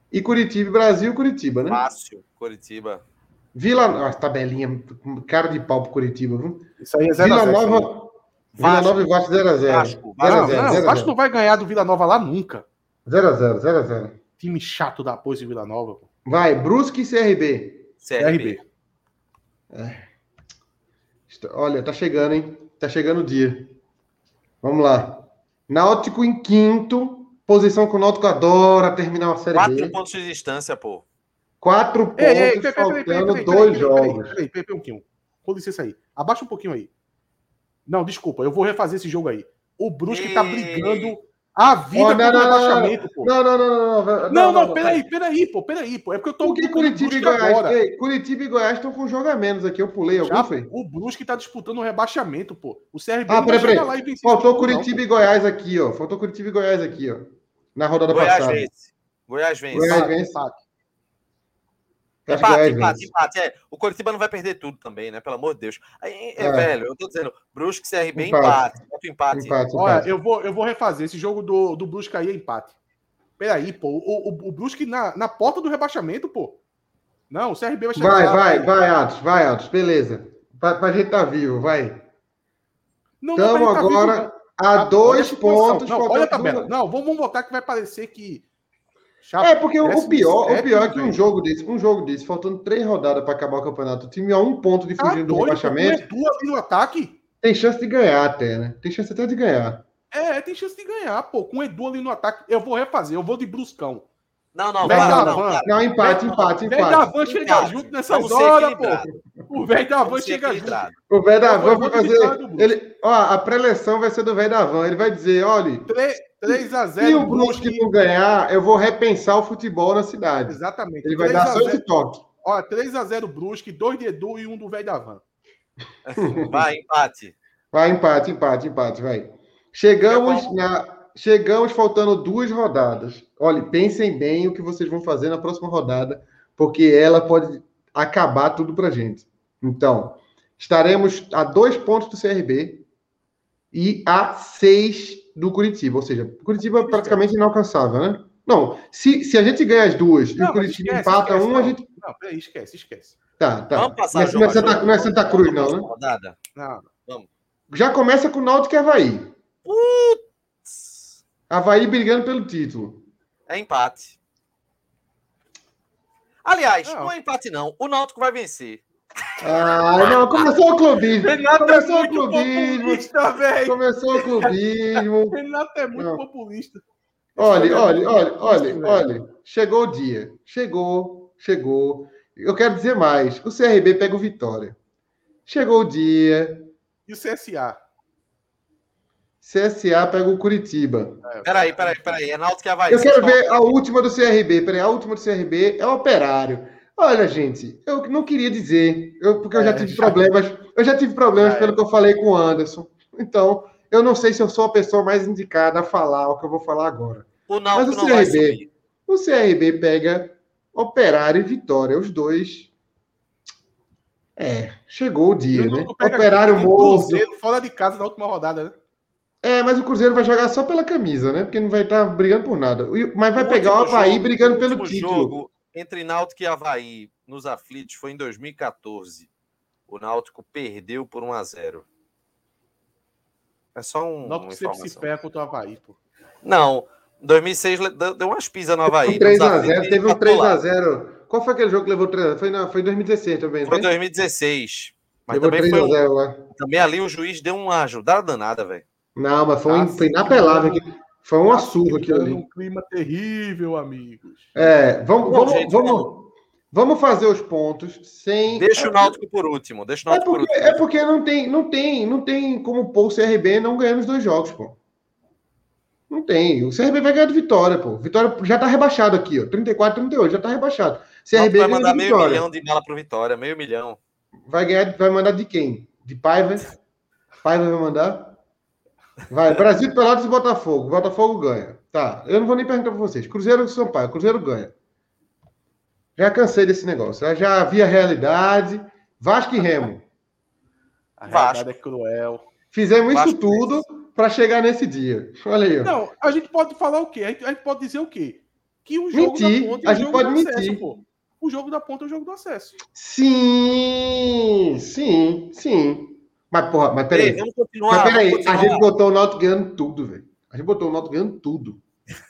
e Curitiba. Brasil e Curitiba, né? Fácil. Curitiba. Vila Nova. Tabelinha. Cara de pau pro Curitiba, viu? Isso aí é 0 Vila a 0 Nova. Não, Vila Vasco. Nova e Vasco 0x0. Vasco. Ah, não, 0 a 0, o Vasco não vai ganhar do Vila Nova lá nunca. 0x0. 0x0. Time chato da pose de Vila Nova, pô. Vai, Brusque e CRB. CRB. Está- Olha, tá chegando, hein? Tá chegando o dia. Vamos lá. Náutico em quinto. Posição que o Náutico adora terminar uma série Quatro B. pontos de distância, pô. Quatro pontos, Ei, ei, peraí, peraí, peraí, faltando peraí, peraí, dois peraí, jogos. Peraí, peraí, peraí, um pouquinho. Com licença aí. Abaixa um pouquinho aí. Não, desculpa, eu vou refazer esse jogo aí. O Brusque tá Ei. brigando a vida Ó, pelo não, não, não, rebaixamento, pô. Não, não, não, não, não. Não, Não, não, peraí, peraí, pô, peraí, pô. É porque eu tô Por que colocando o Curitiba e Brusque Goiás? agora. Ei, Curitiba e Goiás estão com um jogo a menos aqui. Eu pulei algum, Já, foi? o Brusque tá disputando o rebaixamento, pô. O CRB Ah, não vai peraí, chegar peraí. lá e vencer. Faltou esse jogo, não, Curitiba e Goiás aqui, ó. Faltou Curitiba e Goiás aqui, ó. Na rodada Goiás passada. vence. Goiás vence. Goiás Empate, vence. empate. Eu acho que Empate, Goiás empate, vence. empate. É, o Coritiba não vai perder tudo também, né? Pelo amor de Deus. Aí, é, É. Velho, eu tô dizendo, Brusque, CRB, Empate. empate. Bota o empate. Empate, Olha, empate. eu vou, eu vou refazer. Esse jogo do, do Brusque aí é empate. Peraí, pô. O, o, o Brusque na, na porta do rebaixamento, pô. Não, o CRB vai chegar Vai, lá, vai, vai, Atos, vai, Atos, beleza. Pra, pra gente tá vivo, vai. Não, não, Estamos mas tá vivo, não. agora a Olha dois situação. pontos. Não, faltando olha a tabela. duas. Não, vamos, vamos votar que vai parecer que. Chapa, É, porque o- o décimo pior, o sétimo, pior é que um velho. jogo desse, um jogo desse, faltando três rodadas para acabar o campeonato, o time a um ponto de Tá fugir do doido, rebaixamento, pô, tu é tu ali no ataque? tem chance de ganhar até, né? Tem chance até de ganhar. É, tem chance de ganhar, pô. Com o Edu ali no ataque, eu vou refazer, eu vou de Bruscão. Não, não, Vai para, dar não, van. para. Não, empate, empate, O velho da empate. van chega Empate. junto nessas Vamos ser horas, equilibrados. pô. O velho da van Vamos ser chega junto. equilibrados. O velho da Eu vou- van eu vai vou de vitória fazer. do Brusque. Ele, ó, a preleção vai ser do velho da van. Ele vai dizer: olha, 3 a 0 se o Brusque não ganhar, eu vou repensar o futebol na cidade. Exatamente. Ele vai 3 dar a só 0. esse toque. Ó, 3x0 Brusque, 2 de Edu e 1 do velho da van. Vai, empate. Vai, empate, empate, empate, vai. Chegamos na. Chegamos faltando duas rodadas. Olha, pensem bem o que vocês vão fazer na próxima rodada, porque ela pode acabar tudo pra gente. Então, estaremos a dois pontos do CRB e a seis do Curitiba. Ou seja, o Curitiba é praticamente inalcançável, né? Não, se, se a gente ganha as duas e Não, o mas Curitiba esquece, empata esquece, um, a não. gente. Não, peraí, esquece, esquece. Tá, tá. Vamos passar Mas não jogo é, a Santa, jogo. não é Santa Cruz, Vamos não, pra né? Rodada. Não, Já começa com o Náutico e Havaí. Havaí brigando pelo título. É empate. Aliás, não, é empate, não. O Náutico vai vencer. Ah, não, começou o clubismo. Renato Começou o é muito clubismo. populista, velho. Começou o clubismo. [laughs] Renato é muito Não. populista. Olha, Isso, olha, olha, olha, Isso, velho. olha. Chegou o dia. Chegou, chegou. Eu quero dizer mais. O CRB pega o Vitória. Chegou o dia. E o CSA? CSA pega o Curitiba. Peraí, peraí, peraí. É Náutico e Havaí. Eu Vocês quero estão- ver a última do CRB. Peraí, a última do CRB é o Operário. Olha, gente, eu não queria dizer, eu- porque eu já É, tive já- problemas. Eu já tive problemas Já pelo que eu falei com o Anderson. Então, eu não sei se eu sou a pessoa mais indicada a falar o que eu vou falar agora. O Náutico Mas o não vai CRB. subir. O CRB pega Operário e Vitória, os dois. É, chegou o dia, E o né? Náutico pega Operário aqui, morto. Cruzeiro, fora de casa na última rodada, né? É, mas o Cruzeiro vai jogar só pela camisa, né? Porque não vai estar brigando por nada. E- Mas vai O pegar o último Havaí jogo- brigando o pelo último título. jogo entre Náutico e Havaí nos aflitos foi em 2014. O Náutico perdeu por 1 a 0 É só um, O uma Náutico sempre se informação. pega contra o Havaí, pô. Não, 2006 le- deu deu umas pisas no Havaí. Um 3 nos a aflitos, 0 teve um empatou 3 lá. a 0 Qual foi aquele jogo que levou 3 a 0 Foi, na, foi em 2016 também, Foi né? 2016. Mas Levou também, 3 foi a um, 0 lá. também ali o juiz deu uma ajudada danada, velho. Não, mas Ah, foi, um- Tá foi inapelável. se aqui. Foi uma surra aquilo Tá ali. Um clima terrível, amigos. É, vamos, Bom, vamos, gente, é. vamos, vamos fazer os pontos sem... Deixa o Náutico por último. Deixa o É Náutico por porque, último. é porque não, tem, não, tem, não tem como pôr o CRB não ganhando os dois jogos, pô. Não tem. O CRB vai ganhar de vitória, pô. Vitória já tá rebaixado aqui, ó. 34, 38, já tá rebaixado. O Náutico CRB ganha vai mandar de meio vitória. milhão de mala pro Vitória, meio milhão. Vai ganhar, vai mandar de quem? De Paiva? Paiva vai mandar? Vai, Brasil, Pelotas e Botafogo. Botafogo ganha. Tá, eu não vou nem perguntar pra vocês. Cruzeiro e Sampaio. Cruzeiro ganha. Já cansei desse negócio. Eu Já vi a realidade. Vasco e Remo. A Vasco. realidade é cruel. Fizemos isso Vasco tudo pra chegar nesse dia. Olha aí. ó. Não, a gente pode falar o quê? A gente, a gente pode dizer o quê? Que o jogo Mentir. da ponta A é o gente jogo pode do mentir. acesso, pô. O jogo da ponta é o jogo do acesso. Sim, sim, sim. Mas, porra, mas peraí. Ei, vamos continuar. Mas peraí, vamos a continuar. gente botou o Náutico ganhando tudo, velho. A gente botou o Náutico ganhando tudo.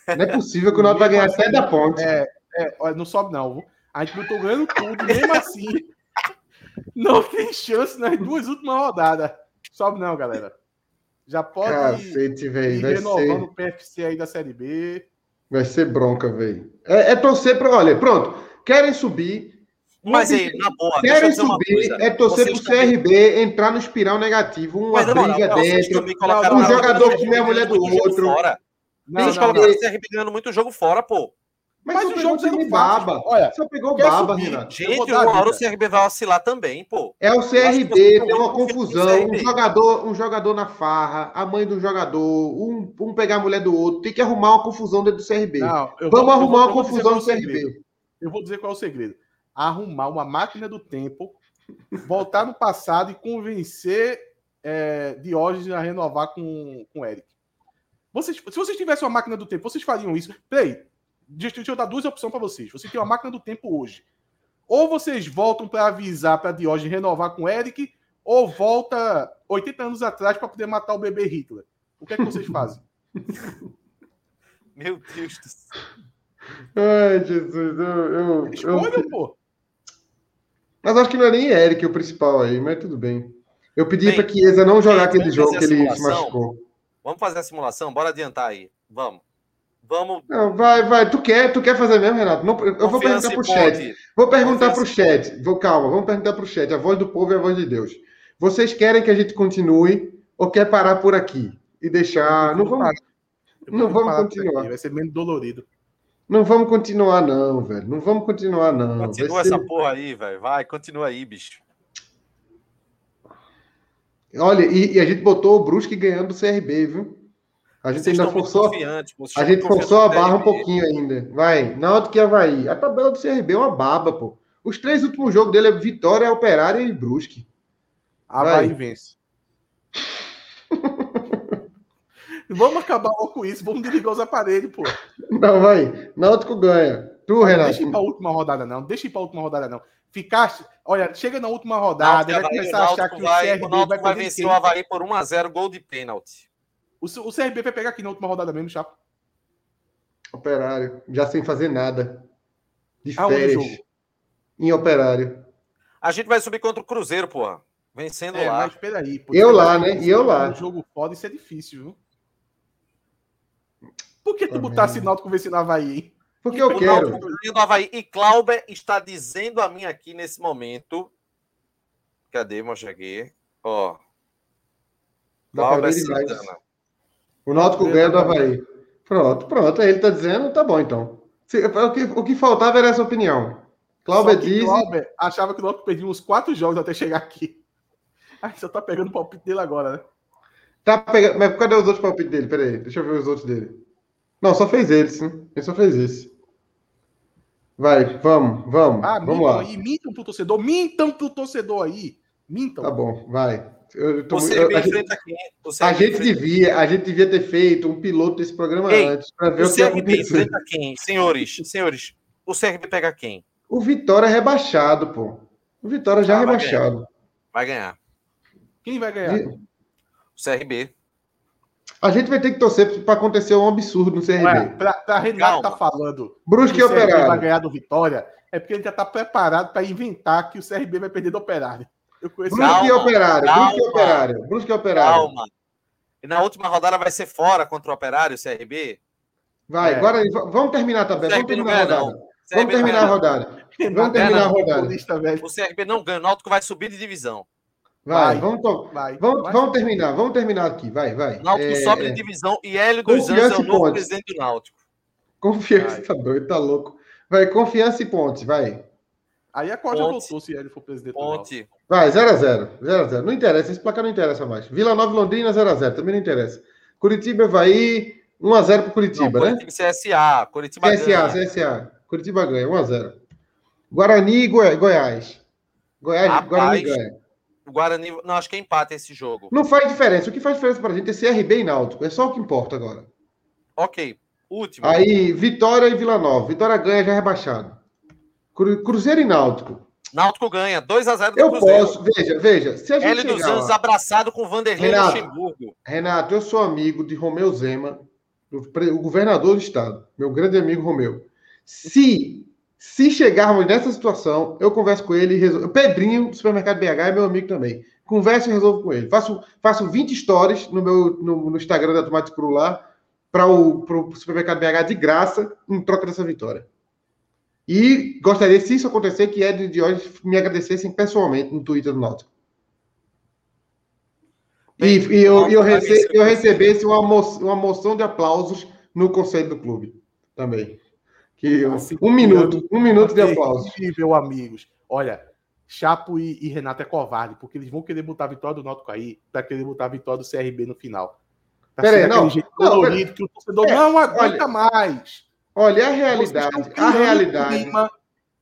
Não é possível que o Náutico vai ganhar até da ponte. É, é, olha, não sobe não. viu? A gente botou ganhando tudo, mesmo assim. [laughs] Não tem chance nas duas últimas rodadas. Sobe não, galera. Já pode ir, Cacete, velho. Vai renovando ser, o PFC aí da Série B. vai ser bronca, velho. É, é torcer pra. Olha, pronto. Querem subir. Mas não aí, na boa, deixa eu Querem dizer uma subir. coisa. É torcer Vocês pro CRB entrar no espiral negativo. Uma Mas, é na moral, briga vocês dentro. também colocaram Um na- jogador que vocês não é a mulher do muito jogo outro. Fora. Não, vocês não, não. colocaram o CRB ganhando muito jogo fora, pô. Mas, Mas só os pegou o jogos time eram fáceis, baba. pô. Olha, Só pegou quer baba, subir. Renato. Eu vou Gente, dar uma hora vida. o CRB vai oscilar também, pô. É o acho que CRB, eu- tem eu- uma eu- eu- confusão, um CRB. jogador, um jogador na farra, a mãe do jogador, um, um pegar a mulher do outro, tem que arrumar uma confusão dentro do CRB. Não, eu Vamos vou- eu vou- arrumar uma eu vou dizer confusão qual é no o segredo. CRB. Eu vou dizer qual é o segredo. Arrumar uma máquina do tempo, voltar no passado e convencer é, Diógenes a renovar com, com o Eric. Vocês, se vocês tivessem uma máquina do tempo, vocês fariam isso? Peraí, deixa, deixa eu dar duas opções para vocês. Você tem uma máquina do tempo hoje. Ou vocês voltam para avisar para Diógenes renovar com o Eric, ou volta 80 anos atrás para poder matar o bebê Hitler. O que é que vocês fazem? Meu Deus do céu. Ai, Jesus, eu, eu, eu- Escolham, pô. Mas acho que não é nem Eric o principal aí, mas tudo bem. Eu pedi Bem, pra Chiesa não jogar bem, aquele vamos jogo que fazer a ele se simulação. machucou. Vamos fazer a simulação? Bora adiantar aí. Vamos. Vamos. Não, vai, vai. Tu quer, tu quer fazer mesmo, Renato? Não, eu vou perguntar Confiança pro e chat. ponte. Vou perguntar para o Confiança. chat. Vou, calma, vamos perguntar para o chat. A voz do povo é a voz de Deus. Vocês querem que a gente continue ou quer parar por aqui e deixar? Não vamos, Eu Não vou vamos parar por aqui, continuar. Vai ser menos dolorido. não vamos continuar não, velho. Não vamos continuar não. Vai Continua ser- essa porra aí, velho. Vai, continua aí, bicho. Olha, e, e a gente botou o Brusque ganhando do CRB, viu? A gente Vocês ainda estão muito forçou, confiantes, pô. Vocês a estão gente muito forçou a confiantes no barra um CRB. pouquinho ainda. Vai, Náutico e Havaí. A tabela do CRB é uma baba, pô. Os três últimos jogos dele é Vitória, Operária e Brusque. [laughs] Havaí Vai. vence. [laughs] vamos acabar logo com isso, vamos desligar os aparelhos, pô. Não, vai. Náutico ganha. Tu, Não Renato. deixa ir pra última rodada, não. Deixa ir pra última rodada, não. Ficar. Olha, chega na última Náutico rodada, e vai Havaí, começar a o achar Náutico que o vai- CRB o vai, Náutico vai fazer vencer quem? o Havaí por 1x0, gol de pênalti. O, C- o CRB vai pegar aqui na última rodada mesmo, Chapa. Operário, já sem fazer nada. De Aonde o férias. jogo? em Operário. A gente vai subir contra o Cruzeiro, porra. Vencendo É, lá. mas peraí. pô, Eu você lá, vai- né? E eu lá. Um jogo foda, isso é difícil, viu? Por que tu Também. botasse Náutico vencendo Havaí, hein? Porque eu O quero. Náutico ganha do Havaí. E Clauber está dizendo a mim aqui nesse momento. Cadê, Mochaguê? Ó. Dá pra Clauber ver demais. Santana. O Náutico ganha tá do Havaí. Pronto, pronto. Aí ele tá dizendo, tá bom então. Se- o, que, o que faltava era essa opinião. Cláudia Só que diz. Clauber achava que o Náutico perdia uns quatro jogos até chegar aqui. [laughs] Aí só tá pegando o palpite dele agora, né? Tá pegando. Mas cadê os outros palpites dele? Peraí, deixa eu ver os outros dele. Não, só fez ele, sim. Ele só fez esse. Vai, vamos, vamos. Ah, vamos mintam lá. aí, mintam pro torcedor, mintam pro torcedor aí. Mintam. Tá bom, vai. Eu, eu tô O muito- CRB eu- a, gente, enfrenta quem? O CRB a gente enfrenta- devia, a gente devia ter feito um piloto desse programa Ei, né? antes para ver o, O que ia CRB acontecer. enfrenta quem, senhores? Senhores, o CRB pega quem? O Vitória é rebaixado, pô. O Vitória já Ah, é vai rebaixado. Vai ganhar. Quem vai ganhar? O CRB. A gente vai ter que torcer para acontecer um absurdo no CRB. Ué, é? pra, pra Renato Calma. tá falando Brusque e o CRB vai é Operário. ganhar do Vitória, é porque ele já tá preparado pra inventar que o CRB vai perder do Operário. Eu conheço Brusque e Calma, Operário. Brusque e calma. Operário. Brusque e Operário. Calma. E na última rodada vai ser fora contra o Operário, o CRB. Vai, É. Guarani, v- vamos terminar a tabela. Vamos CRB não terminar a ganha, rodada. não. O CRB Vamos não terminar a ganha, não. rodada. Renato terminar é a rodada. populista, velho. O CRB não ganha, o Náutico vai subir de divisão. Vai, Vai. vamos, to- Vai, vamos, vai. vamos terminar. Vamos terminar aqui. Vai, vai. O Náutico É, sobe é. de divisão e Hélio dos Anjos é Confiança o e novo pontos. presidente do Náutico. Confiança, Vai. tá doido, tá louco. Vai, confiança e ponte, vai. Aí a corda Ponte. voltou se ele for presidente. do Náutico. Ponte. Vai, 0x0. 0x0. Não interessa, esse placar não interessa mais. Vila Nova e Londrina, 0x0. Também não interessa. Curitiba, Havaí, 1x0 pro Não, Curitiba, né? Curitiba e CSA. Curitiba CSA, ganha. CSA. Curitiba ganha, 1x0. Guarani e Goi- Goiás. Goiás, Rapaz. Guarani ganha. O Guarani. Não, acho que empata esse jogo. Não faz diferença. O que faz diferença pra gente é CRB e Náutico. É só o que importa agora. Ok. Último. Aí, Vitória e Vila Nova. Vitória ganha, já é rebaixado. Cru- Cruzeiro e Náutico. Náutico ganha. 2x0 Eu do Cruzeiro. posso, veja, veja. Se a gente Hélio dos chegar Anjos lá- abraçado com Vanderlei Renato. Luxemburgo. Renato, eu sou amigo de Romeu Zema, o, pre- o governador do estado, meu grande amigo Romeu. Se se chegarmos nessa situação, eu converso com ele e resolvo. Pedrinho, do supermercado BH, é meu amigo também. Converso e resolvo com ele. Faço, faço 20 stories no meu no, no Instagram da Tomate Cru lá para o pro supermercado BH de graça em troca dessa vitória. E gostaria, se isso acontecer, que Ed e Diógenes me agradecessem pessoalmente no Twitter do Náutico. E, Bem, e eu, e eu, Náutico vai rece- vencer o eu Cruzeiro. recebesse uma, mo- uma moção de aplausos no conselho do clube também. Que eu- Assim, um minuto, um minuto de Assim, aplausos. Incrível, amigos. Olha, Chapo e, e Renato é covarde, porque eles vão querer botar a vitória do Náutico aí, pra querer botar a vitória do CRB no final. Tá Pera aí, daquele não. jeito Não, colorido que o torcedor É, não aguenta mais. Olha, a Vocês realidade, estão a criando um realidade. clima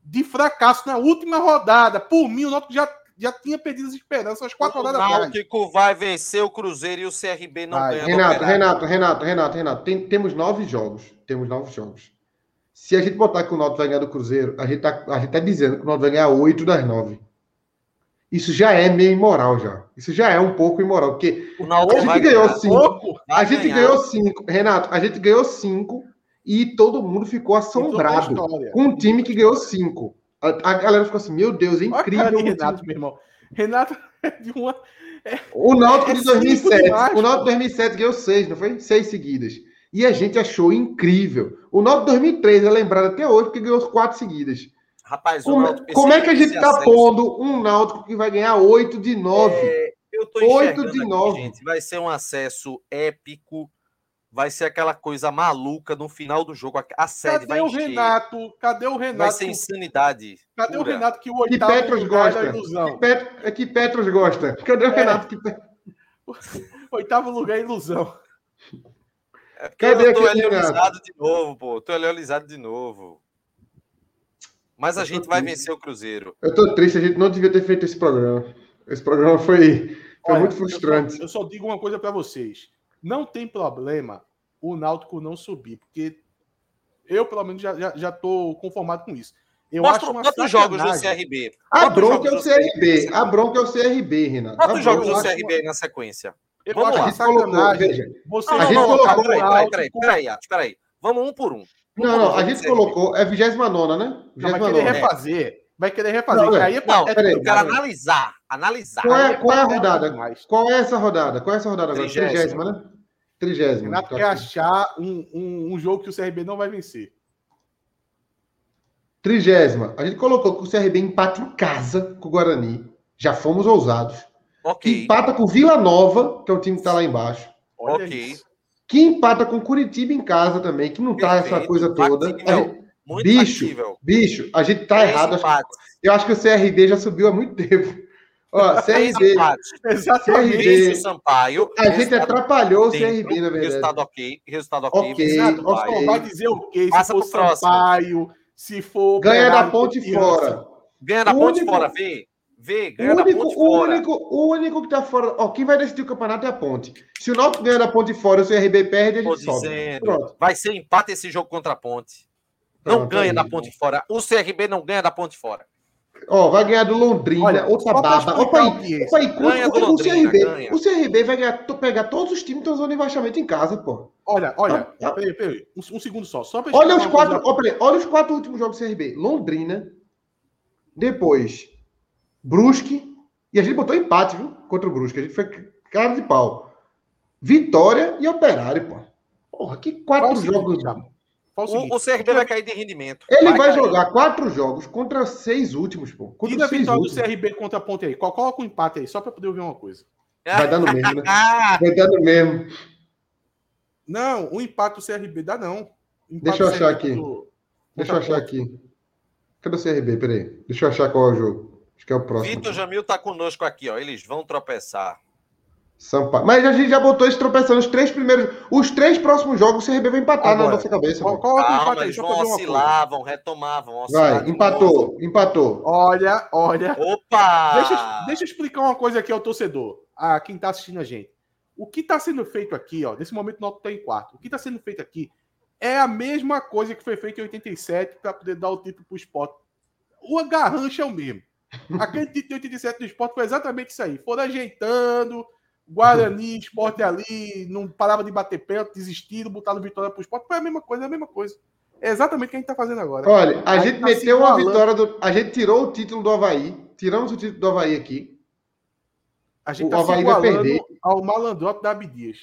de fracasso na última rodada. Por mim, o Náutico já, já tinha perdido as esperanças às quatro o rodadas atrás. Náutico vai vencer o Cruzeiro e o CRB não Vai. ganha. do Renato, Operário. Renato, Renato, Renato, Renato, tem- temos nove jogos. Temos nove jogos. Se a gente botar que o Náutico vai ganhar do Cruzeiro, a gente tá, a gente tá dizendo que o Náutico vai ganhar oito das nove. Isso já é meio imoral, já. Isso já é um pouco imoral, porque O a Náutico gente vai ganhou ganhar. cinco. Vai a gente ganhar. ganhou cinco, Renato, a gente ganhou cinco e todo mundo ficou assombrado com um time que ganhou cinco. A, a galera ficou assim, meu Deus, é Olha a cara incrível. de o time. Renato, meu irmão. Renato [laughs] é de uma. O Náutico É de cinco 2007, demais, o Náutico pô. 2007 ganhou seis, não foi? Seis seguidas. E a gente achou incrível. O Náutico 2003 é lembrado até hoje porque ganhou quatro seguidas. Rapaz, o Como, Náutico como é que a precisa gente de tá acesso. pondo um Náutico que vai ganhar oito de nove? É, eu tô Oito enxergando de aqui, nove. gente. Vai ser um acesso épico. Vai ser aquela coisa maluca no final do jogo. A, a sede Cadê vai o encher. Renato? Cadê o Renato? vai ser insanidade. Cadê o pura. Renato que o oitavo Petros lugar gosta. era ilusão? Pet- é que Petros gosta. Cadê o Renato que Oitavo lugar é ilusão. É porque eu tô aquele eleolizado de novo, pô. Tô eleolizado de novo. Mas a gente vai vencer o Cruzeiro. Eu tô triste, a gente não devia ter feito esse programa. Esse programa foi, foi Olha, muito frustrante. Eu só, eu só digo uma coisa pra vocês. Não tem problema o Náutico não subir, porque eu, pelo menos, já, já, já tô conformado com isso. Eu Mostra acho uma quantos jogos do sacanagem. CRB. A Quantos bronca é o jogos do CRB. A bronca é o CRB, Renato. Quantos A jogos bronca- do acho CRB aí na sequência? Eu Vamos acho lá. A gente uma colocou, sacanagem. veja. Você Não, A não, gente não, colocou- tá, o peraí, peraí, Náutico peraí, peraí, Atos, peraí. Vamos um por um. Não, não, a gente CRB. colocou. É 29 né? Não, mas querer 29 refazer. vai querer refazer. Não, que é. aí é, Não, é peraí. Eu quero analisar, analisar. Qual é, qual é a rodada? mais. Qual é essa rodada? Qual é essa rodada agora? Trigésima. Trigésima, né? Trigésima. Renato Tá quer aqui. achar um, um, um jogo que o CRB não vai vencer. Trigésima. A gente colocou que o CRB empata em casa com o Guarani. Já fomos ousados. Que Ok. empata com o Vila Nova, que é o time que tá lá embaixo. Olha Ok. isso. [laughs] Que empata com o Curitiba em casa também, que não tá essa Perfeito. coisa toda. A Factível. gente- Muito Bicho, factível. bicho, a gente tá Três errado. acho- empates, Eu acho que o CRB já subiu há muito tempo. [laughs] Ó, três CRB. empates. Exatamente. CRB. Vinícius Sampaio. A gente resultado atrapalhou o dentro, CRB, na verdade. Resultado ok. Resultado Ok, ok. Vinícius ok. Sampaio. Só vai dizer o quê? Se Passa for pro próximo. Sampaio, se for. Ganha Operário, da ponte Confiança. fora. Ganha na O ponte único- fora, vê. Vê, O ganha na único, o, ponte fora. único, o único que tá fora. Ó, quem vai decidir o campeonato é a ponte. Se o Náutico ganha da ponte fora e o CRB perde, a Tô gente sobe. dizendo. Pronto. Vai ser empate esse jogo contra a ponte. Não Pronto, ganha aí. né? da ponte fora. O CRB não ganha da ponte fora. Ó, vai ganhar do Londrina, Olha, outra só pra baba. explicar Opa aí, a audiência. opa aí, conta- Ganha do conta com o Londrina, CRB. ganha. O CRB vai ganhar, to- pegar todos os times que estão usando rebaixamento em casa, pô. Olha, olha. Ah, ah. Peraí, peraí. Um, um segundo só. só pra Olha os explicar uma quatro. coisa. ó, peraí, olha os quatro últimos jogos do CRB. Londrina, depois Brusque. E a gente botou empate, viu? Contra o Brusque. A gente foi cara de pau. Vitória e Operário, pô. Porra, que quatro Fala o seguinte, jogos. Thiago. Fala É o seguinte. O, o CRB vai cair de rendimento. Ele vai, cair. jogar quatro jogos contra seis últimos, pô. Contra Tira a seis vitória do últimos. CRB contra a ponte aí. Co- Coloca é o empate aí, só pra poder ouvir uma coisa. Vai dar no mesmo, né? É. Ah, Vai dar no mesmo. Não, o empate do CRB dá não. O empate Deixa eu do achar CRB aqui. do- Deixa eu Tá achar aqui. Cadê o CRB? Peraí. Deixa eu achar qual é o jogo. Acho que é o próximo. Vitor Jamil tá conosco aqui, ó. Eles vão tropeçar. Sampaio. Mas a gente já botou esse tropeçando os três primeiros. Os três próximos jogos, o CRB vai empatar na Agora. nossa cabeça. Co- pô. Coloca é o um empate Calma, aí, eles só vão pra ver uma coisa. oscilar, vão retomar, é vão oscilar. Vai, de novo. empatou, empatou. Olha, olha. Opa! Deixa, eu- deixa eu explicar uma coisa aqui ao torcedor, a quem está assistindo a gente. O que está sendo feito aqui, ó, nesse momento o Náutico está em quarto. O que está sendo feito aqui é a mesma coisa que foi feito em 87 para poder dar o título para o esporte. O garrancha é o mesmo. Aquele título de 87 do esporte foi exatamente isso aí. Foram ajeitando, Guarani, esporte ali, não parava de bater pênalti, desistiram, botaram vitória para o esporte. Foi a mesma coisa, é a mesma coisa. É exatamente o que a gente está fazendo agora. Olha, a Aí gente tá se meteu uma igualando. vitória do. A gente tirou o título do Havaí. Tiramos o título do Havaí aqui. A gente O tá se Havaí vai igualando perder. ao malandrope da Abdias.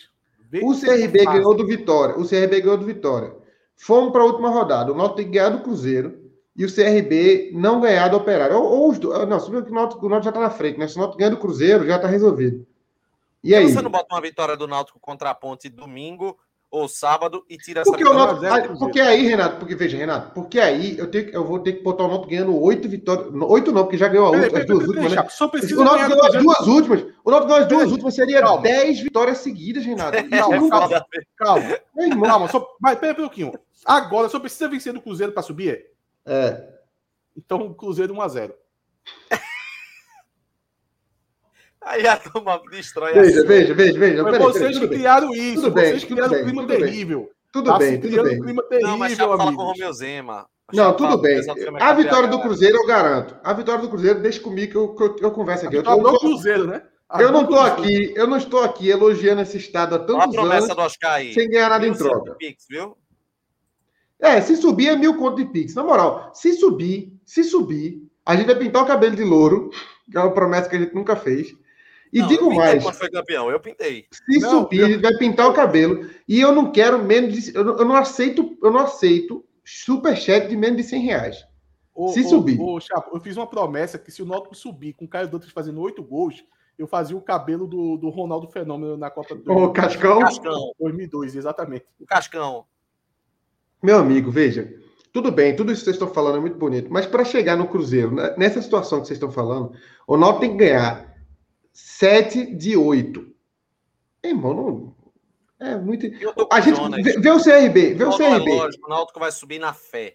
Vê O que CRB fácil. ganhou do Vitória. O CRB ganhou do Vitória. Fomos para a última rodada. O Náutico tem que ganhar do Cruzeiro e o CRB não ganhar do Operário. Ou, ou os dois. Não, subiu que o Náutico, o Náutico já está na frente, né? Se o Náutico ganha do Cruzeiro, já está resolvido. E Então aí? Então Você não bota uma vitória do Náutico contra a ponte domingo ou sábado e tira essa Porque, o vitória? Náutico, zero, ah, porque aí, Renato, porque veja, Renato, porque aí eu, tenho, que- eu vou ter que botar o Náutico ganhando oito vitórias. no- Oito não, porque já ganhou a Peraí, última, as peraí, duas peraí, últimas, né? Chapo, Só precisa O Náutico ganhar ganhou as do duas últimas. O Náutico ganhou as duas Peraí. últimas, seria Calma. dez vitórias seguidas, Renato. Isso Não, nunca- calma, calma, Meu irmão. calma. Só, mas peraí, peraí, um pouquinho. Agora só precisa vencer do Cruzeiro para subir? É. Então o Cruzeiro 1x0. Aí a turma destrói Veja, assim. veja, veja, veja. Mas Peraí, peraí, vocês tudo que bem. criaram isso, Tudo bem, vocês tudo criaram bem, um clima tudo bem. terrível. Tudo Tá se bem, tudo criando bem. um clima Não, mas já terrível, fala com o amigo. Romeu Zema. Não, Chapo fala tudo com o bem. pessoal do Zema A Café, vitória do galera. Cruzeiro eu garanto. A vitória do Cruzeiro deixa comigo que eu, que eu- que eu converso aqui. Eu, tô- eu Não o tô- Tá Cruzeiro, né? eu não tô Cruzeiro. aqui, eu não estou aqui elogiando esse estado há Olha a tantos promessa anos do Oscar aí. sem ganhar nada em Mil cento troca. Pix, viu? É, se subir é mil conto de Pix. Na moral, se subir, se subir, a gente vai pintar o cabelo de louro, que é uma promessa que a gente nunca fez. E Não, eu digo pintei mais, Quando foi campeão, eu pintei. se Não, subir, eu- a gente vai pintar o cabelo. E eu não quero menos de. Eu não, eu não aceito, eu não aceito superchat de menos de 100 reais. Ô, Se ô, subir. ô, Chapo, eu fiz uma promessa que se o Náutico subir com o Caio Dantas fazendo oito gols, eu fazia o cabelo do, do Ronaldo Fenômeno na Copa do Ô, Cascão. Cascão, 2002, exatamente. o Cascão. Meu amigo, veja, tudo bem, tudo isso que vocês estão falando é muito bonito, mas para chegar no Cruzeiro, né, nessa situação que vocês estão falando, o Náutico tem que ganhar 7 de 8. Irmão, não... É muito... Eu tô com A o gente... Jonas. Vê, vê o CRB, vê o Não, não é CRB. lógico, o Náutico vai subir na fé.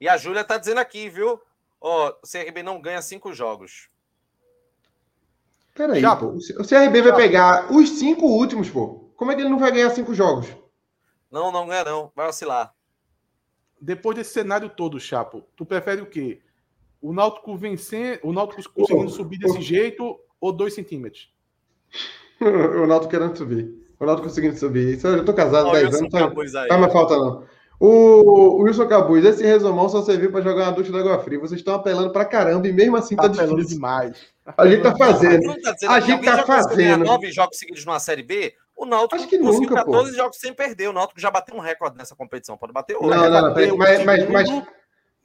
E a Júlia tá dizendo aqui, viu? Ó, o CRB não ganha cinco jogos. Peraí, Já, pô. O C- o CRB vai já. pegar os cinco últimos, pô. Como é que ele não vai ganhar cinco jogos? Não, não ganha não. Vai oscilar. Depois desse cenário todo, Chapo, tu prefere o quê? O Náutico vencer, o Náutico conseguindo Ô, subir desse jeito ou dois centímetros? [laughs] o Náutico querendo subir. O Náutico conseguindo subir. Isso, Eu já tô casado há Ó, 10 Wilson anos, tá... Camões aí. faz mais falta não. O Wilson Cabuz, esse resumão só serviu para jogar uma ducha da água fria. Vocês estão apelando para caramba e mesmo assim tá, Tá apelando difícil. demais. A gente tá fazendo. Não tá dizendo A que gente alguém tá já conseguiu ganhar fazendo. nove jogos seguidos numa Série B, o Náutico Acho que conseguiu nunca, pô. 14 jogos sem perder. O Náutico já bateu um recorde nessa competição. Pode bater Não, hoje. não, não. peraí, Bateu Mas, o mas, mas, segundo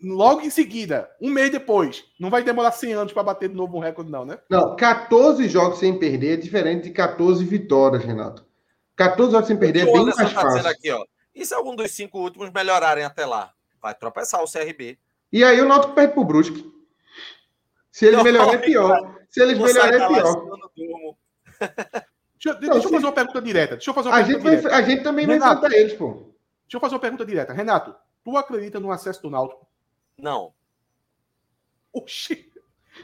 um Logo em seguida, um mês depois. Não vai demorar 100 anos para bater de novo um recorde, não, né? não, 14 jogos sem perder é diferente de 14 vitórias, Renato. 14 jogos sem perder é o bem Anderson mais tá dizendo fácil. aqui, ó. E se algum dos cinco últimos melhorarem até lá? Vai tropeçar o CRB. E aí o Náutico perde pro Brusque. Se eles Não, [laughs] melhorarem, é pior. Se eles Vou sair melhorarem, é pra tá lá pior. assinando durmo. Deixa, eu- Não, deixa eu sim. fazer uma pergunta direta. Deixa eu fazer uma A gente, pergunta vai, direta. a gente também vai Renato. enfrentar eles, pô. Deixa eu fazer uma pergunta direta. Renato, tu acredita no acesso do Náutico? Não. Oxi!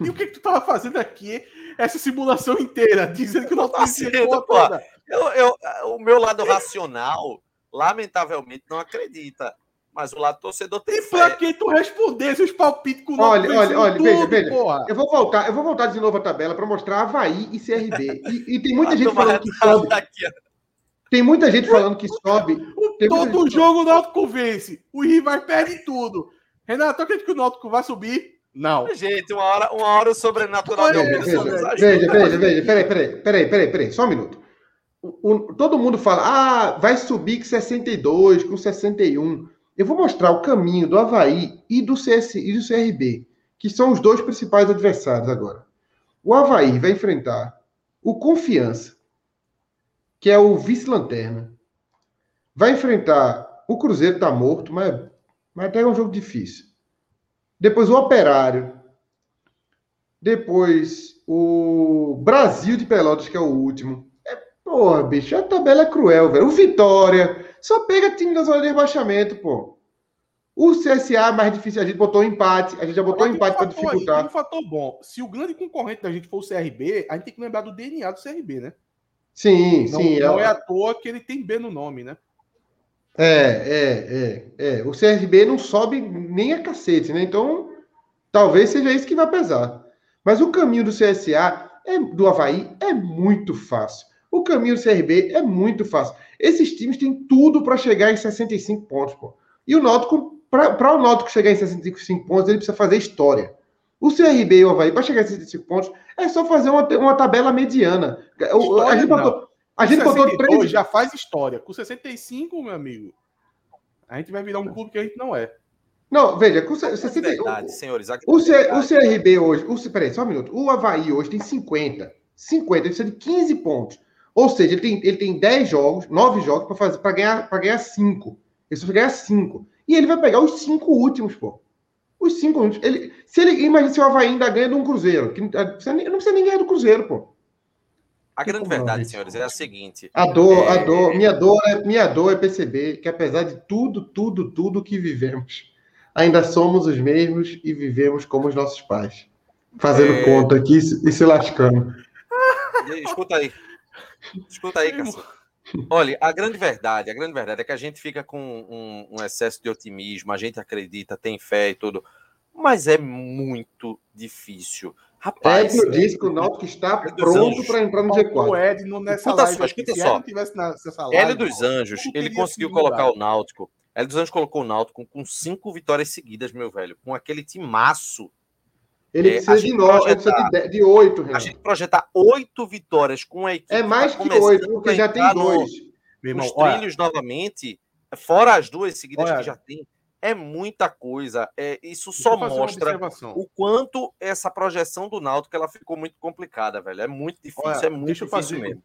E o que, que tu tava fazendo aqui? Essa simulação inteira, dizendo que o Náutico Tá vencia a cedo, porra pô. toda. Eu, eu- o meu lado racional, lamentavelmente, não acredita. Mas o lado torcedor tem E fé. pra que tu respondesse os palpites com o Olha, Náutico olha, vencendo olha, veja, tudo, veja. porra. Eu vou voltar, eu vou voltar de novo a tabela para mostrar Havaí e CRB. E, e tem muita A gente turma falando que tá- sobe. tá aqui, ó. Tem muita gente falando que sobe. O- Tem muita Um todo gente- jogo o Náutico vence. Os rivais perdem tudo. Renato, acredita que o Náutico vai subir? Não. Gente, uma hora, uma hora o sobrenatural Olha, deu Veja, Olha, pessoa, olha, nos veja, veja, ajuda. veja, veja. Peraí, peraí, peraí, peraí, peraí, só um minuto. O- o- todo mundo fala, ah, vai subir com 62, com 61. Eu vou mostrar o caminho do Havaí e do, CS, e do CRB, que são os dois principais adversários agora. O Havaí vai enfrentar o Confiança, que é o vice-lanterna. Vai enfrentar o Cruzeiro, tá morto, mas, mas até é um jogo difícil. Depois o Operário. Depois o Brasil de Pelotas, que é o último. É, porra, bicho, a tabela é cruel, velho. O Vitória. Só pega time da zona de rebaixamento, pô. O CSA é mais difícil. A gente botou empate. A gente já botou Agora, tem um empate para fator aí, dificultar. Tem um fator bom. Se o grande concorrente da gente for o CRB, a gente tem que lembrar do DNA do CRB, né? Sim, Não, sim. não é- é à toa que ele tem B no nome, né? É, é, é. O CRB não sobe nem a cacete, né? Então, talvez seja isso que vai pesar. Mas o caminho do CSA, é, do Havaí, é muito fácil. O caminho do CRB é muito fácil. Esses times têm tudo para chegar em 65 pontos, pô. E o Náutico, para o Náutico chegar em 65 pontos, ele precisa fazer história. O CRB e o Havaí, para chegar em 65 pontos, é só fazer uma, uma tabela mediana. O- a História, gente botou, a gente Com botou 62 três. já faz história. Com 65, meu amigo, a gente vai virar um clube que a gente não é. Não, veja, com 60, Verdade, senhores. tá aqui O, C- verdade. o CRB hoje, o, C- peraí, só um minuto. O Havaí hoje tem 50. 50, ele precisa de 15 pontos. Ou seja, ele tem, ele tem 10 jogos, 9 jogos para fazer para ganhar, para ganhar 5. Ele só ganhar 5. E ele vai pegar os 5 últimos, pô. Os 5 últimos. Ele, se ele, imagina se o Havaí ainda ganha de um Cruzeiro. Que, não precisa nem- não precisa nem ganhar do Cruzeiro, pô. A grande Como verdade, não, senhores, é a seguinte. A dor, a É. dor, minha dor, é, minha dor é perceber que apesar de tudo, tudo, tudo que vivemos, ainda somos os mesmos e vivemos como os nossos pais. Fazendo É. conta aqui e se- e se lascando. Escuta aí. Escuta aí, Cassio. Olha, a grande verdade, a grande verdade é que a gente fica com um, um excesso de otimismo, a gente acredita, tem fé e tudo, mas é muito difícil. É Rapaz, que eu disse que o Náutico está né? Meu Deus, é? pronto anjo. para entrar no O G4. Ed no- nessa Escuta live só, aqui, escuta se só. Ed não tivesse nessa live, é, Hélio dos Anjos, como ele teria conseguiu sido, colocar cara? o Náutico. Hélio dos Anjos colocou o Náutico com cinco vitórias seguidas, meu velho, com aquele timaço. Ele É, a precisa de gente 9, ele precisa de projetar- dez- de 8, A Renato. gente projetar oito vitórias com a equipe. É mais tá que começando 8, porque a né? já tem entrar no- dois. Meu os irmão, olha, trilhos novamente, fora as duas seguidas Olha. que já tem, é muita coisa. É, isso deixa só eu fazer uma mostra observação. o quanto essa projeção do Náutico ela ficou muito complicada, velho. É muito difícil, Olha, é muito deixa eu difícil fazer- mesmo.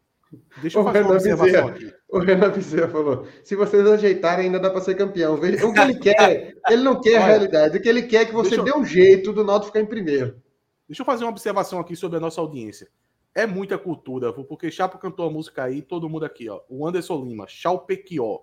Deixa eu Ô, fazer uma Renan observação aqui. O Renan Bezerra falou: se vocês ajeitarem, ainda dá para ser campeão. Veja, O que ele quer, ele não quer a Olha, realidade. O que ele quer é que você deixa eu- dê um jeito do Náutico ficar em primeiro. Deixa eu fazer uma observação aqui sobre a nossa audiência. É muita cultura, vou porque Chapo cantou a música aí, todo mundo aqui, ó. O Anderson Lima, Chalpequió,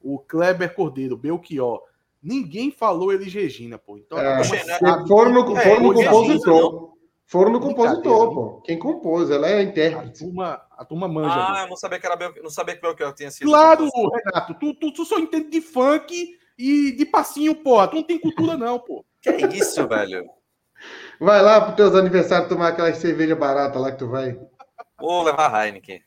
o Kleber Cordeiro, Belchior. Ninguém falou Elis Regina, pô. Então, É, uma Poxa, né? sabe- foram no, É, foram no hoje é compositor. Foram no Brincadeira, compositor, pô. Quem compôs, ela é a A intérprete. turma, a turma manja. Ah, viu? eu é não sabia que era Bel... não sabia que Belchior tinha sido. claro, compositor. Renato, tu, tu, tu só entende de funk e de passinho, porra. Tu não tem cultura, não, pô. Que é isso, velho? Vai lá pros teus aniversários tomar aquela cerveja barata lá que tu vai. Vou levar a Heineken.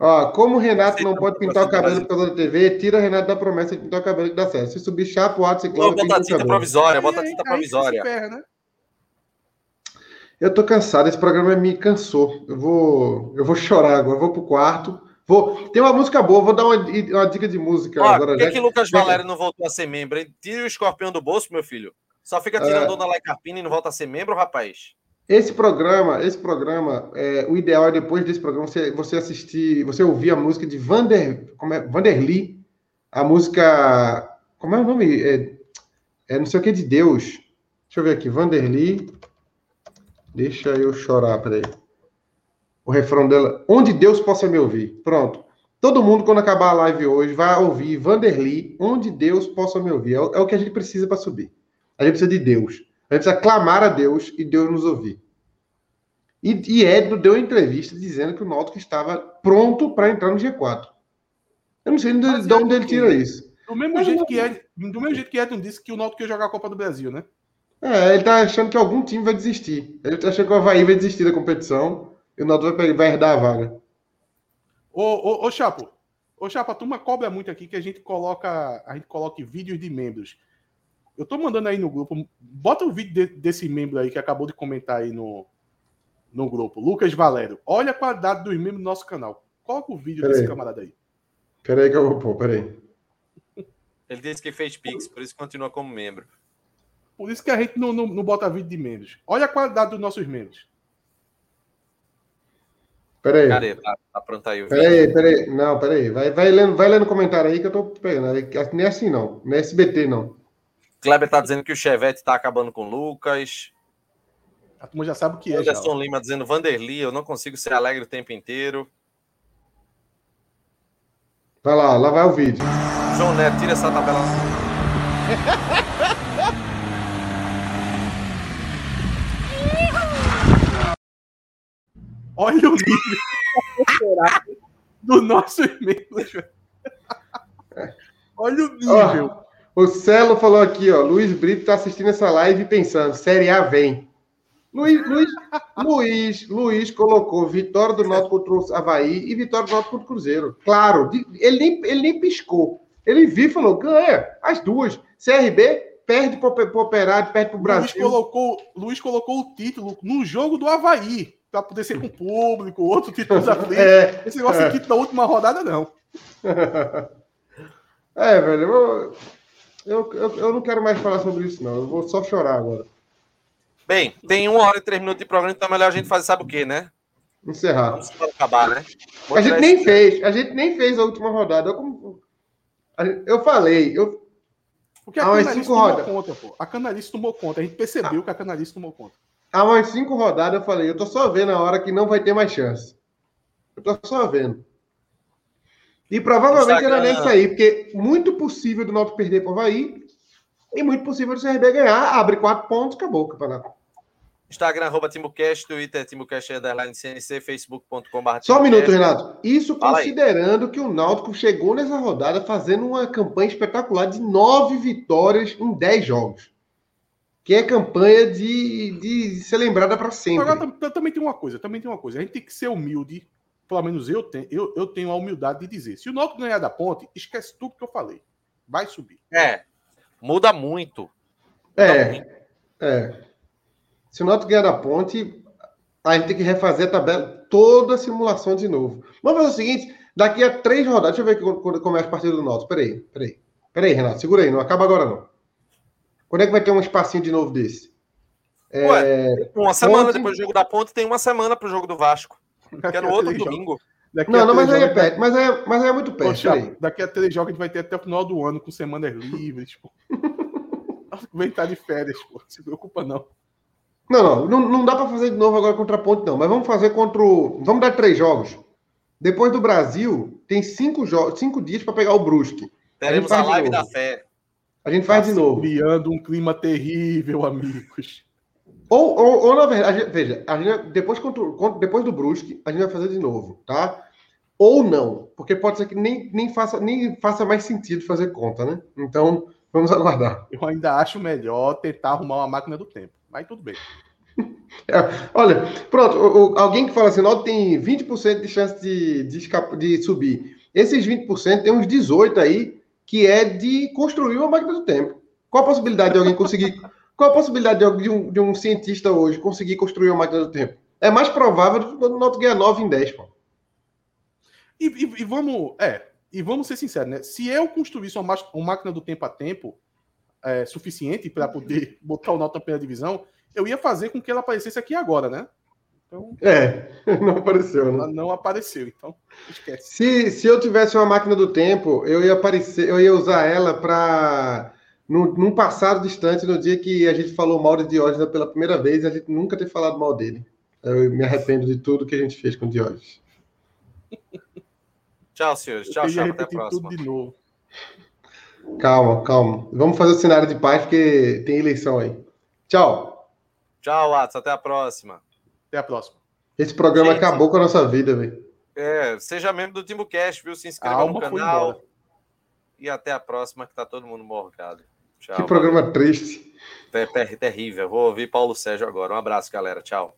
Ó, como o Renato não pode pintar o cabelo por causa da TV, tira o Renato da promessa de pintar o cabelo que dá certo. Se subir chapa, o ato Não, ciclone, pinta bota o tinta cabelo. provisória, bota Aí- tinta aí você se provisória. ferra, né? Eu tô cansado, esse programa me cansou. Eu vou, eu vou [laughs] chorar agora, eu vou pro quarto. Vou, tem uma música boa, vou dar uma, uma dica de música Ó, agora. por que, já que Lucas já- Valério não voltou a ser membro? hein? Tira o escorpião do bolso, meu filho. Só É. fica tirando onda lá em Carpina e não volta a ser membro, rapaz. Esse programa, esse programa, é, o ideal é depois desse programa você, você assistir, você ouvir a música de Vander, como é, Vanderly, a música, como é o nome? É, é não sei o que de Deus. Deixa eu ver aqui, Vanderly. Deixa eu chorar, peraí. O refrão dela, onde Deus possa me ouvir. Pronto. Todo mundo quando acabar a live hoje vai ouvir Vanderly, onde Deus possa me ouvir. É o, é o que a gente precisa para subir. A gente precisa de Deus. A gente precisa clamar a Deus e Deus nos ouvir. E, e Edno deu uma entrevista dizendo que o Náutico estava pronto para entrar no G4. Eu não sei de Mas de eu onde ele não- tira isso. Do mesmo Mas jeito não- que Ed, do mesmo jeito que Edson disse que o Náutico ia jogar a Copa do Brasil, né? É, ele tá achando que algum time vai desistir. Ele tá achando que o Havaí vai desistir da competição e o Náutico vai, pegar- vai herdar a vaga. Ô, ô, ô Chapo, ô Chapo, a turma cobra muito aqui que a gente coloca, a gente coloca vídeos de membros. Eu tô mandando aí no grupo, bota o vídeo de- desse membro aí que acabou de comentar aí no, no grupo, Lucas Valério. Olha a qualidade dos membros do nosso canal. Coloca o vídeo Peraí. desse camarada aí. Peraí que eu vou pôr, peraí. Ele disse que fez Pix, por isso continua como membro. Por isso que a gente não, não, não bota vídeo de membros. Olha a qualidade dos nossos membros. Peraí. Cara, tá, tá pronto aí o vídeo. Peraí, peraí. Não, peraí. Vai, vai, lendo, vai lendo o comentário aí que eu tô pegando. Nem assim não. Não é SBT não. Kleber tá dizendo que o Chevette tá acabando com o Lucas. A turma já sabe o que é. Já. Anderson Lima dizendo Vanderly, eu não consigo ser alegre o tempo inteiro. Vai lá, lá vai o vídeo. João Neto, tira essa tabela. Olha o nível do nosso membros. velho. Olha o nível. Ó, o Celo falou aqui, ó. Luiz Brito tá assistindo essa live e pensando, Série A vem. Luiz, Luiz, Luiz, Luiz colocou vitória do Náutico contra o Havaí e vitória do Náutico contra o Cruzeiro. Claro, de- ele nem, ele nem piscou. Ele viu e falou, ganha as duas. CRB perde pro, pro Operário, perde pro Luiz Brasil. colocou, Luiz colocou o título no jogo do Havaí, para poder ser com o público, outro título da [laughs] frente. É, Esse negócio é. aqui da última rodada, não. é, velho, eu, eu, eu, eu não quero mais falar sobre isso, não. Eu vou só chorar agora. Bem, tem uma hora e três minutos de programa, então é melhor a gente fazer sabe o quê, né? Encerrar. Vamos para acabar, né? Vou a gente tirar nem esse- fez, a gente nem fez a última rodada. Eu, como- a gente- eu falei, eu, Porque a Ah, mas Canalice cinco tomou rodas. conta, pô. A Canalice tomou conta. A gente percebeu que a Canalice tomou conta. há umas cinco rodadas eu falei, eu tô só vendo a hora que não vai ter mais chance. Eu tô só vendo. E provavelmente Instagram. era nessa aí, porque muito possível do Náutico perder para o Havaí e muito possível do CRB ganhar, abre quatro pontos, acabou o campeonato. Instagram, arroba TimbuCast, Twitter, TimbuCast, underline CNC, facebook.com.br. Só um minuto, Renato. Isso É, Fala aí. considerando que o Náutico chegou nessa rodada fazendo uma campanha espetacular de nove vitórias em dez jogos. Que é campanha de, de ser lembrada para Agora sempre. tam- tam- também tem uma coisa, também tem uma coisa. A gente tem que ser humilde. Pelo menos eu tenho, eu, eu tenho a humildade de dizer. Se o Náutico ganhar da ponte, esquece tudo que eu falei. Vai subir. É, muda muito. né? É, é. Se o Náutico ganhar da ponte, a gente tem que refazer a tabela, toda a simulação de novo. Vamos fazer o seguinte, daqui a três rodadas, deixa eu ver aqui quando começa a partida do Náutico. Peraí, peraí. Peraí, Renato, segura aí, não acaba agora não. Quando é que vai ter um espacinho de novo desse? É, Ué, uma semana Ponte- depois do jogo da ponte, tem uma semana pro jogo do Vasco, que é [laughs] [laughs] no outro domingo. Daqui a Não, não, três mas aí é jogos- perto, mas aí é, mas aí é muito Pô, perto. Thiago, peraí. daqui a três jogos a gente vai ter até o final do ano com semanas livres, [laughs] pô. Vem estar de férias, pô. Se preocupa, não. Não, não, não, não dá pra fazer de novo agora contra a Ponte, não. Mas vamos fazer contra o. Vamos dar três jogos. Depois do Brasil, tem cinco, jo... cinco dias pra pegar o Brusque. Teremos faz a de live novo. da fé. A gente faz de novo. Criando um clima terrível, amigos. Ou, ou, ou, na verdade, a gente- veja, a gente, depois, contra, o- contra- depois do Brusque, a gente vai fazer de novo, tá? Ou não, porque pode ser que nem, nem, faça, nem faça mais sentido fazer conta, né? Então, vamos [laughs] aguardar. Eu ainda acho melhor tentar arrumar uma máquina do tempo. Mas tudo bem. É, olha, pronto, o- o- alguém que fala assim, Náutico tem 20% de chance de, de, escapa- de subir. Esses 20% tem uns 18 aí que é de construir uma máquina do tempo. Qual a possibilidade de alguém conseguir? Qual a possibilidade de, alguém- de um, de um cientista hoje conseguir construir uma máquina do tempo? É mais provável do que quando o Náutico ganhar 9 em 10, pô. E, e- e vamos, é, e vamos ser sinceros, né? Se eu construísse uma, mach- uma máquina do tempo a tempo é, suficiente para poder [laughs] botar o Náutico na primeira divisão, eu ia fazer com que ela aparecesse aqui agora, né? Então, É, [laughs] não apareceu, né? ela não apareceu, então esquece. Se, se eu tivesse uma máquina do tempo, eu ia aparecer, eu ia usar ela para num passado distante, no dia que a gente falou mal de Diógenes pela primeira vez, a gente nunca ter falado mal dele. Eu me arrependo de tudo que a gente fez com Diógenes. Tchau, senhores. Tchau, eu ia tchau. Até a repetir próxima. tudo de novo. Calma, calma. Vamos fazer o cenário de paz porque tem eleição aí. Tchau. Tchau, Atos. Até a próxima. Até a próxima. Esse programa Gente. acabou com a nossa vida, velho. É, seja membro do Timbucast, viu? Se A inscreva no alma foi canal. embora. E até a próxima, que tá todo mundo morgado. Tchau. Que programa triste. valeu. Ter- ter- terrível. Vou ouvir Paulo Sérgio agora. Um abraço, galera. Tchau.